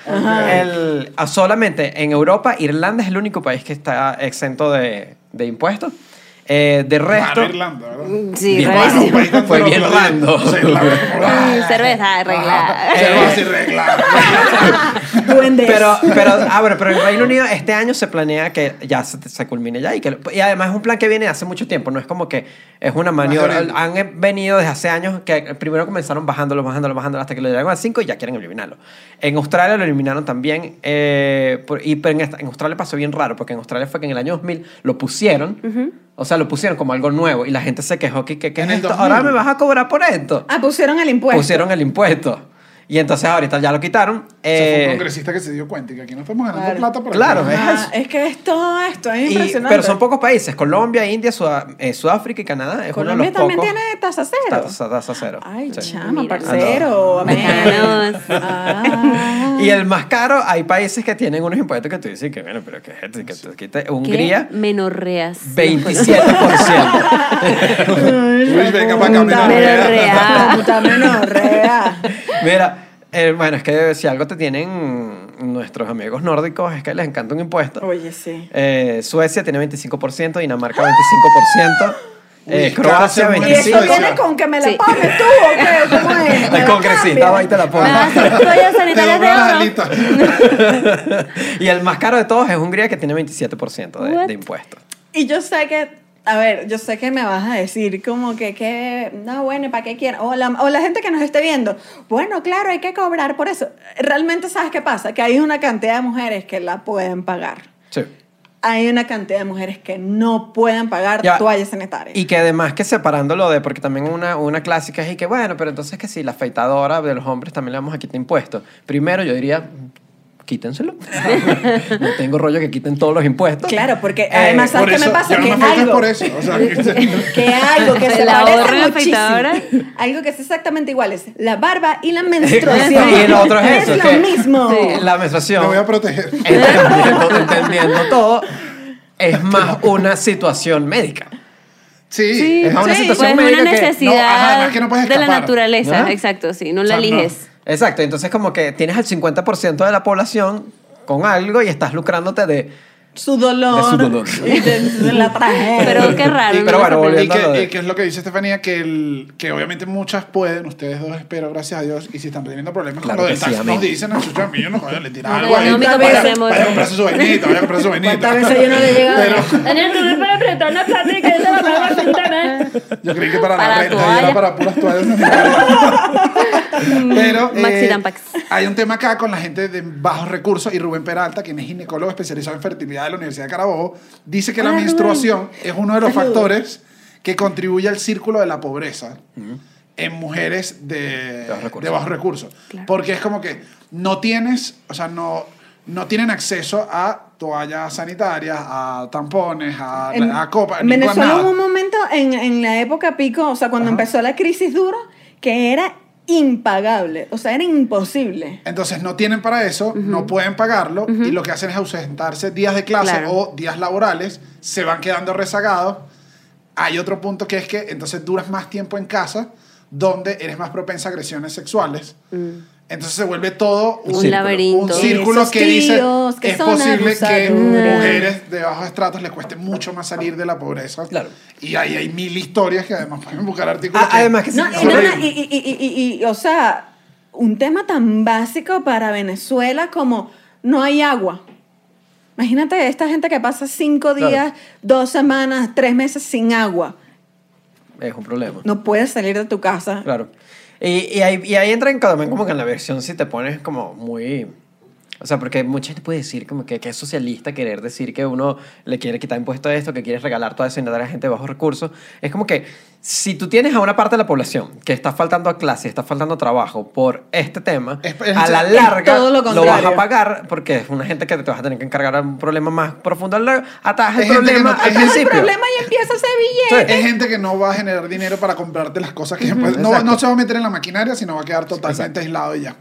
C: El- ah, solamente en Europa, Irlanda es el único país que está exento de, de impuestos. Eh, de resto,
B: Mano, Irlanda, ¿verdad?
D: Sí,
C: Bien
D: rarísimo.
C: raro, güey.
B: Bastante
C: Fue
B: lo
C: bien
B: que dije.
C: random.
B: Sí,
A: [laughs]
B: la verdad.
D: [laughs] Cerveza arreglada.
B: Se va
C: [laughs]
B: así arreglar.
A: Duendes.
C: Pero, pero, ah, bueno, pero en Reino Unido este año se planea que ya se, se culmine ya. Y, que, y además es un plan que viene de hace mucho tiempo. No es como que es una maniobra.
B: Más de-
C: Han eh, venido desde hace años que primero comenzaron bajándolo, bajándolo, bajándolo hasta que lo llegaron a 5 y ya quieren eliminarlo. En Australia lo eliminaron también. eh, por- y, pero en, esta- en Australia pasó bien raro porque en Australia fue que en el año 2000 lo pusieron. O sea, lo pusieron como algo nuevo y la gente se quejó que, que, que
B: En
C: es
B: el
C: esto? ahora
B: 2000.
C: me vas a cobrar por esto.
A: Ah, pusieron el impuesto.
C: Pusieron el impuesto. Y entonces ahorita ya lo quitaron.
B: O sea, fue un
C: eh,
B: congresista que se dio cuenta que aquí no estamos ganando
A: Claro.
B: plata por
C: Claro,
B: aquí.
C: ¿ves?
A: Ah, es que es todo esto, es
C: Y-
A: impresionante.
C: pero son pocos países. Colombia, India, Sudá- eh, Sudáfrica y Canadá. Es uno de
A: Colombia
C: los
A: también
C: pocos.
A: tiene tasa cero.
C: Tasa- tasa cero,
A: Ay,
C: sí. Ah,
A: chama,
D: Mira.
A: parcero. amén.
D: Veganos.
A: [laughs] Ah.
C: [laughs] Y el más caro, hay países que tienen unos impuestos que tú dices que, bueno, pero ¿qué es esto? Que te quita- Hungría,
D: ¿Qué?
A: pues.
D: Menorreas.
A: [laughs]
C: 27%.
B: Luis, venga para acá,
A: Puta
B: mira.
D: menorrea.
A: Puta menorrea.
C: Mira, eh, bueno, es que si algo te tienen nuestros amigos nórdicos es que les encanta un impuesto.
A: Oye, sí.
C: Eh, Suecia tiene 25%, Dinamarca
A: [gasps]
C: 25%, eh,
B: Uy,
C: Croacia
B: cara, se
A: ¿Y
B: muere.
A: eso
C: 25%.
A: viene con que me la
D: Sí.
A: pones tú o qué? ¿Cómo es? ¿Me
C: El
A: la
C: congresista,
A: cambias?
C: va y te la
D: Me
C: pone. [laughs]
A: Ah.
D: vas a hacer toallas sanitarias
B: Te dobló las
D: de oro.
B: alitas.
C: y el más caro de todos es Hungría, que tiene 27% de,
D: What?
C: de impuestos.
A: Y yo sé que, a ver, yo sé que me vas a decir como que, que no, bueno, ¿para qué quieren? O la, o la gente que nos esté viendo, bueno, claro, hay que cobrar por eso. Realmente, ¿sabes qué pasa? Que hay una cantidad de mujeres que la pueden pagar.
C: Sí.
A: Hay una cantidad de mujeres que no pueden pagar
C: Ya.
A: toallas sanitarias.
C: Y que además que separándolo de, porque también una, una clásica es y que bueno, pero entonces que si la afeitadora de los hombres también le vamos a quitar impuestos. Primero yo diría,
A: [laughs]
C: quítenselo. no tengo rollo que quiten todos los impuestos.
A: Claro, porque
C: Eh,
A: además,
B: Por
A: ¿sabes qué me
B: eso,
A: pasa?
B: yo no
A: que
B: me afectas
A: algo,
B: por eso. O sea, que-
A: que algo
D: [laughs]
A: que se
D: La
A: parece
D: gorra y la afeitadora.
A: muchísimo. [laughs] Algo que es exactamente igual es la barba y
C: [laughs]
A: la menstruación.
C: y el otro es eso.
A: lo
C: que
A: mismo.
C: La menstruación.
B: [laughs] me voy a proteger.
C: entendiendo, [laughs] entendiendo todo, es más una situación médica.
B: Sí.
D: Sí,
C: Es más una
D: sí,
C: situación
D: pues
C: médica
D: una
C: que-
D: necesidad
B: no, ajá, además que no puedes
D: de la
B: escapar.
D: naturaleza.
C: Ajá.
D: Exacto, sí, no
B: O sea,
D: la
B: no.
D: eliges.
C: Exacto, entonces como que tienes al 50% de la población con algo y estás lucrándote de...
A: su dolor.
C: De su dolor.
A: Y de, de la tragedia.
D: Pero qué raro.
C: Y- pero
D: no me
C: bueno,
D: sorprende.
B: Y
C: volviendo a lo
B: que,
C: de-
B: y que es lo que dice Estefanía, que, el, que obviamente muchas pueden, ustedes dos espero, gracias a Dios, y si están teniendo problemas
C: Claro
B: con lo
C: que
B: del tax,
C: sí, amén.
B: nos dicen a Chucho, a mí yo no joder, le tiran
D: No,
B: algo ahí.
D: no, mi
B: Vaya,
D: cabeza
B: vaya,
D: me
B: a comprar su vainita, vaya a comprar su vainita.
A: ¿Cuántas veces yo no le llego?
B: Pero
F: Daniel, tú me puedes prestar una plata y que yo te la pago sin tener.
B: yo creí que para,
D: Para
B: la renta y
D: toalla.
B: era para puras toallas. sanitarias. [laughs]
A: [laughs]
B: Pero
D: Mm, Maxi
B: eh,
D: Tampax.
B: hay un tema acá con la gente de bajos recursos y Rubén Peralta, quien es ginecólogo especializado en fertilidad de la Universidad de Carabobo, dice que la
D: Hola, Rubén.
B: menstruación es uno de los
A: Ah, Saludos.
B: factores que contribuye al círculo de la pobreza en mujeres de,
C: De bajos recursos.
B: de bajos recursos. Porque es como que no tienes, o sea, no, no tienen acceso a toallas sanitarias, a tampones, a,
A: En
B: a copas, ni con
A: Venezuela
B: nada.
A: hubo un momento en, en la época pico, o sea, cuando empezó la crisis dura, que era impagable, o sea, era imposible.
B: Entonces no tienen para eso, no pueden pagarlo y lo que hacen es ausentarse días de clase
D: Claro.
B: o días laborales, se van quedando rezagados. Hay otro punto que es que entonces duras más tiempo en casa donde eres más propensa a agresiones sexuales. Entonces se vuelve todo
D: Un laberinto.
B: un círculo
A: Esos
B: que dice
A: tíos que
B: es
A: son
B: posible que
A: abusadores.
B: mujeres de bajos estratos les cueste mucho más salir de la pobreza.
C: Claro.
B: Y ahí hay mil historias que además pueden buscar artículos.
C: Ah,
B: que-
C: además que sí,
A: No, y, no, no, y, y- y- y- y- y, o sea, un tema tan básico para Venezuela como no hay agua. Imagínate esta gente que pasa cinco
C: Claro.
A: días, dos semanas, tres meses sin agua.
C: es un problema.
A: No puedes salir de tu casa.
C: Claro. Y, y ahí, y ahí entra en, también como que en la versión si te pones como muy... O sea, porque mucha gente puede decir como que, que es socialista querer decir que uno le quiere quitar impuesto a esto, que quieres regalar todo eso y no dar a la gente de bajos recursos. Es como que si tú tienes a una parte de la población que está faltando a clase, está faltando a trabajo por este tema,
B: Es- es-
C: a la
B: es
C: larga
A: todo lo
C: vas a
A: contrario.
C: pagar porque es una gente que te vas a tener que encargar a un problema más profundo. al largo. Ataja el
B: Es gente que
C: problema
B: no-
C: al
B: es gente-
A: Es el
C: principio.
A: problema y empieza ese
B: [laughs]
A: billete.
C: Sí.
B: Es gente que no va a generar dinero para comprarte las cosas que después- no,
C: Exacto.
B: no se va a meter en la maquinaria, sino va a quedar totalmente aislado y ya.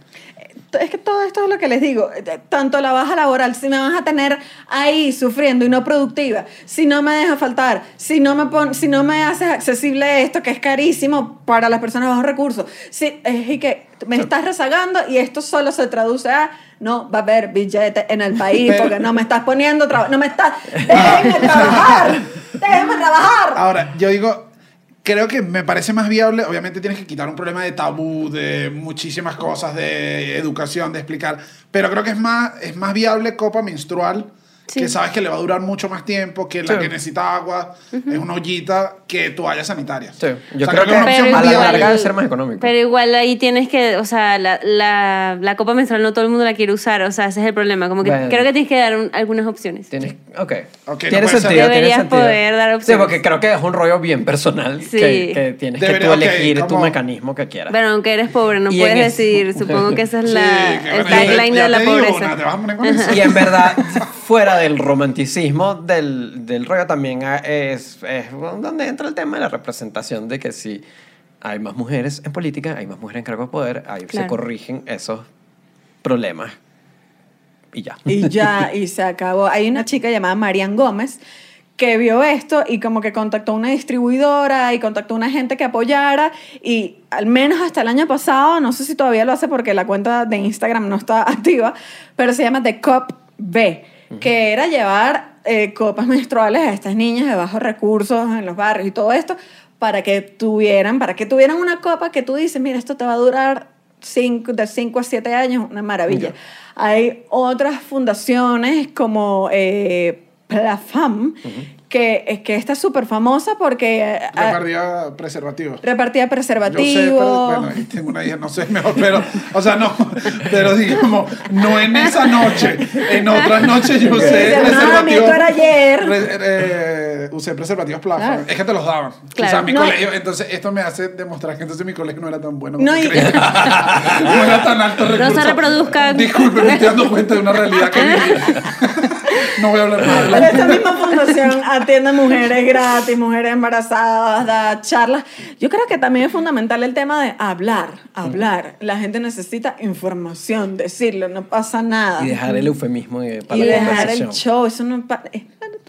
A: Es que todo esto es lo que les digo. eh, Tanto la baja laboral, si me vas a tener ahí sufriendo y no productiva, si no me dejas faltar, si no me, pon, si no me haces accesible esto que es carísimo para las personas de bajos recursos, si, es y que me estás rezagando y esto solo se traduce a no va a haber billete en el país
B: Pero-
A: porque no me estás poniendo trabajo, no me estás, déjenme trabajar, déjenme trabajar.
B: Ahora, yo digo, creo que me parece más viable, obviamente tienes que quitar un problema de tabú, de muchísimas cosas, de educación, de explicar, pero creo que es más, es más viable copa menstrual,
D: Sí.
B: que sabes que le va a durar mucho más tiempo, que la
C: Sí.
B: que necesita agua, es una ollita, que toallas sanitarias.
C: Sí, yo
B: O sea,
C: creo
B: es
C: que
B: una opción
C: a
B: más
C: la
B: viable.
C: larga debe ser más económico.
D: Pero igual ahí tienes que, o sea, la, la, la copa menstrual no todo el mundo la quiere usar, o sea, ese es el problema. Como que
C: Bueno.
D: creo que tienes que dar un- algunas opciones.
C: Tienes, ok.
B: Ok, no
C: tiene
B: puede ser.
C: sentido, tiene
D: Deberías
C: sentido.
D: poder dar
C: Sí,
D: opciones.
C: porque creo que es un rollo bien personal
D: Sí.
C: que, que tienes que
B: Debería-
C: tú
B: ok,
C: elegir tu
B: como-
C: mecanismo que quieras.
D: Bueno, aunque eres pobre, no
C: Y en
D: puedes
C: es-
D: decidir. Supongo que esa es
B: Sí,
D: la
B: que
D: el
B: bueno, ya te-
D: tagline
B: ya
D: de la
B: te digo,
D: pobreza.
B: Ana, te vas a poner con eso.
C: Y en
D: [laughs]
C: verdad, fuera del romanticismo del, del rollo, también ah, es, es donde entra el tema de la representación de que si hay más mujeres en política, hay más mujeres en cargo de poder, ahí se
D: Claro.
C: corrigen esos problemas. Y ya.
A: Y ya, y se acabó. Hay una chica llamada Marian Gómez que vio esto y como que contactó a una distribuidora y contactó a una gente que apoyara y al menos hasta el año pasado, no sé si todavía lo hace porque la cuenta de Instagram no está [laughs] activa, pero se llama The Cop B, que era llevar eh, copas menstruales a estas niñas de bajos recursos en los barrios y todo esto para que tuvieran, para que tuvieran una copa que tú dices, mira, esto te va a durar cinco, de 5 a 7 años, una maravilla. Hay otras fundaciones como eh, Plafam, que, es que esta es súper famosa porque eh, ah,
B: Repartía preservativos.
A: repartía
B: Yo sé, pero,
A: preservativos.
B: bueno, ahí tengo una hija, no sé mejor, pero, o sea, no, pero digamos, no en esa noche, en otras noches yo usé
A: Dice, "No, mi
B: preservativos.
A: esto era ayer".
B: re- eh, usé preservativos plafas,
A: Claro.
B: es que te los daban. O sea,
D: Claro.
B: mi
A: No.
B: colegio, entonces esto me hace demostrar que entonces mi colegio no era tan bueno.
A: No,
B: como
A: y-
B: creía. no era tan alto
D: se
B: recurso.
D: reproduzcan.
B: Disculpe, me estoy dando cuenta de una realidad que viví. No voy a hablar más
A: Pero
B: adelante.
A: esta misma fundación atiende a mujeres gratis, mujeres embarazadas, da charlas. Yo creo que también es fundamental el tema de hablar, hablar. La gente necesita información, decirlo, no pasa nada.
C: Y dejar el eufemismo eh, para
A: Y
C: la
A: dejar el
C: conversación.
A: show, eso no pa- es-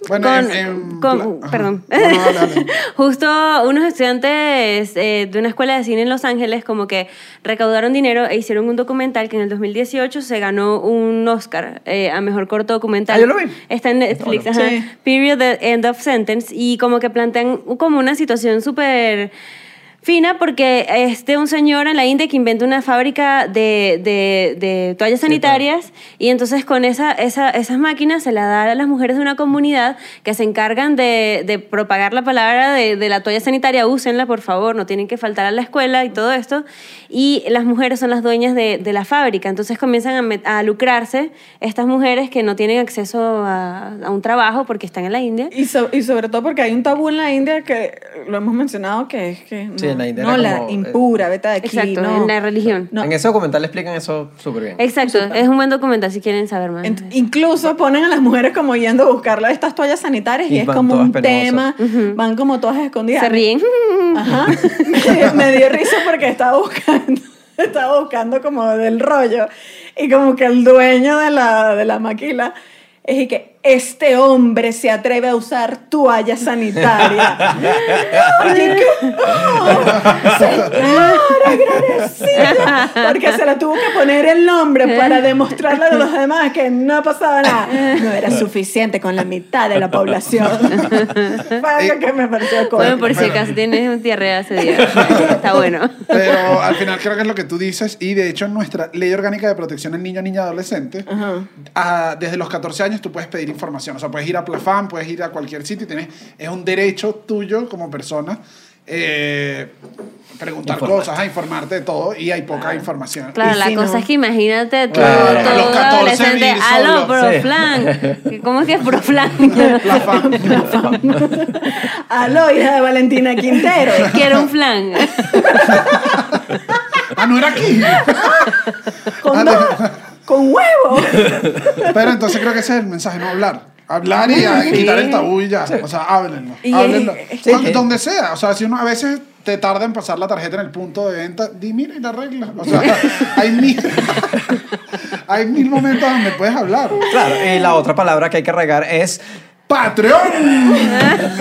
B: Bueno, en-
D: con,
B: en-
D: con-
B: ajá.
D: perdón.
B: No, no, dale, dale.
D: [laughs] Justo unos estudiantes eh, de una escuela de cine en Los Ángeles como que recaudaron dinero e hicieron un documental que en el 2018 se ganó un Oscar eh, a mejor corto documental.
C: Ah, yo lo vi.
D: Está en Netflix,
C: No,
A: no.
D: ajá.
A: Sí.
D: Period the End of Sentence y como que plantean como una situación súper fina porque es de un señor en la India que inventa una fábrica de, de- de toallas sanitarias y entonces con esa, esa- esas máquinas se las da a las mujeres de una comunidad que se encargan de, de propagar la palabra de, de la toalla sanitaria, úsenla por favor, no tienen que faltar a la escuela y todo esto. Y las mujeres son las dueñas de, de la fábrica, entonces comienzan a, met- a lucrarse estas mujeres que no tienen acceso a, a un trabajo porque están en la India.
A: Y, so- y sobre todo porque hay un tabú en la India que lo hemos mencionado, que es que no,
C: Sí, en la India
A: no,
C: era
A: la
C: como, eh,
A: impura, vete de aquí.
D: Exacto,
A: no.
D: en la religión.
A: No.
C: En ese documental explican eso súper bien.
D: Exacto, es un buen documental si quieren saber más.
A: Ent- Incluso ponen a las mujeres como yendo a buscar estas toallas sanitarias y,
C: Y
A: es
C: van
A: como
C: todas
A: un
C: penosas.
A: tema, van como todas escondidas.
D: Se
A: [laughs]
D: ríen.
A: Ajá. Me, me dio risa porque estaba buscando, [laughs] estaba buscando como del rollo y como que el dueño de la, de la maquila es y que este hombre se atreve a usar toalla sanitaria. No, y que, "No, señora, agradecida", porque se la tuvo que poner el nombre para demostrarle a los demás que no pasaba nada. No era suficiente con la mitad de la población. Fue algo que me pareció
D: Bueno,
A: cómico.
D: por si
B: Bueno.
D: acaso tienes diarrea ese día.
A: [laughs]
D: Está bueno.
B: Pero al final creo que es lo que tú dices y de hecho en nuestra ley orgánica de protección al niño, niña, adolescente,
A: Ajá.
B: ah, desde los 14 años tú puedes pedir información, o sea, puedes ir a Plafam, puedes ir a cualquier sitio, y tienes, es un derecho tuyo como persona eh, preguntar
C: Informarte.
B: cosas, a informarte de todo y hay poca información.
D: Claro,
A: Y
D: la
A: si
D: cosa
A: no-
D: es que imagínate tú,
C: Claro.
D: todo
B: A los 14
D: adolescente,
B: vivir
D: aló,
B: solo".
D: proflan.
B: [laughs]
D: ¿Cómo es que es proflan?
B: La fam-
A: [laughs] Aló, hija de Valentina Quintero.
D: [laughs] Quiero
B: [laughs]
D: un flan.
B: ah, no era aquí. Ah,
A: Con dos, con huevo.
B: Pero entonces creo que ese es el mensaje, no hablar. Hablar y, a- y quitar el tabú y ya. O sea, háblenlo.
A: Y-
B: háblenlo.
A: sí.
B: Cuando- donde sea. O sea, si uno a veces te tarda en pasar la tarjeta en el punto de venta, di mira y la regla. O sea, hay mil, [laughs] hay mil momentos donde puedes hablar.
C: Claro, y la otra palabra que hay que regar es
B: ¡Patreon!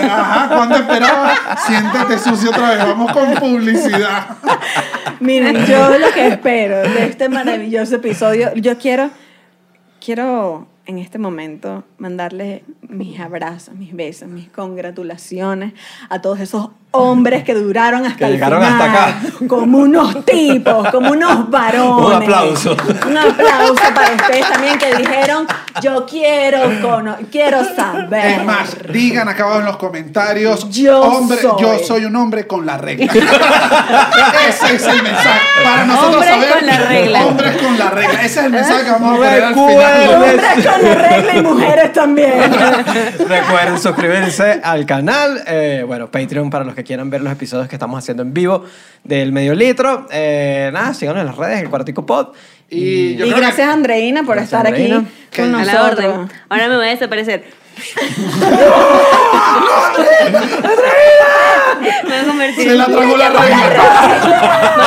B: Ajá, ¿cuándo esperaba? Siéntate sucio otra vez, vamos con publicidad.
A: Miren, yo lo que espero de este maravilloso episodio, yo quiero, quiero en este momento mandarles mis abrazos, mis besos, mis congratulaciones a todos esos hombres que duraron hasta
C: Que
A: el
C: llegaron
A: final,
C: hasta acá.
A: como unos tipos, como unos varones.
C: Un aplauso.
A: Un aplauso para ustedes también que dijeron, yo quiero, cono- quiero saber.
B: Es más, digan acá abajo en los comentarios,
A: Yo
B: hombre,
A: soy.
B: yo soy un hombre con
A: [laughs]
B: la regla. Ese es el mensaje. Para nosotros
D: Hombres
B: saber,
D: con la regla.
B: hombres con la regla. Ese es el mensaje que vamos a poner al
C: Recuerden.
B: final.
A: Hombres con la regla y mujeres también.
C: Recuerden suscribirse al canal. eh, bueno, Patreon para los que quieran ver los episodios que estamos haciendo en vivo del medio litro. Eh, nada, síganos en las redes, el Cuartico Pod.
B: Y yo
A: Y
B: creo que-
A: gracias, Andreina, por
C: Gracias,
A: estar aquí
C: Andreina.
A: con
D: A la
A: nosotros.
D: orden. Ahora me voy
B: [laughs]
D: a desaparecer. [laughs] Me voy a convertir
B: se la tragó
D: [laughs]
B: la regla.
D: Voy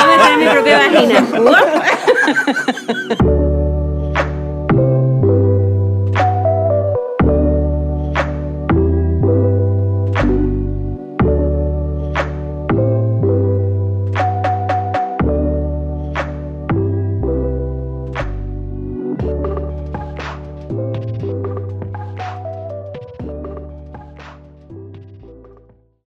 B: [laughs]
D: a meter en mi propia vagina.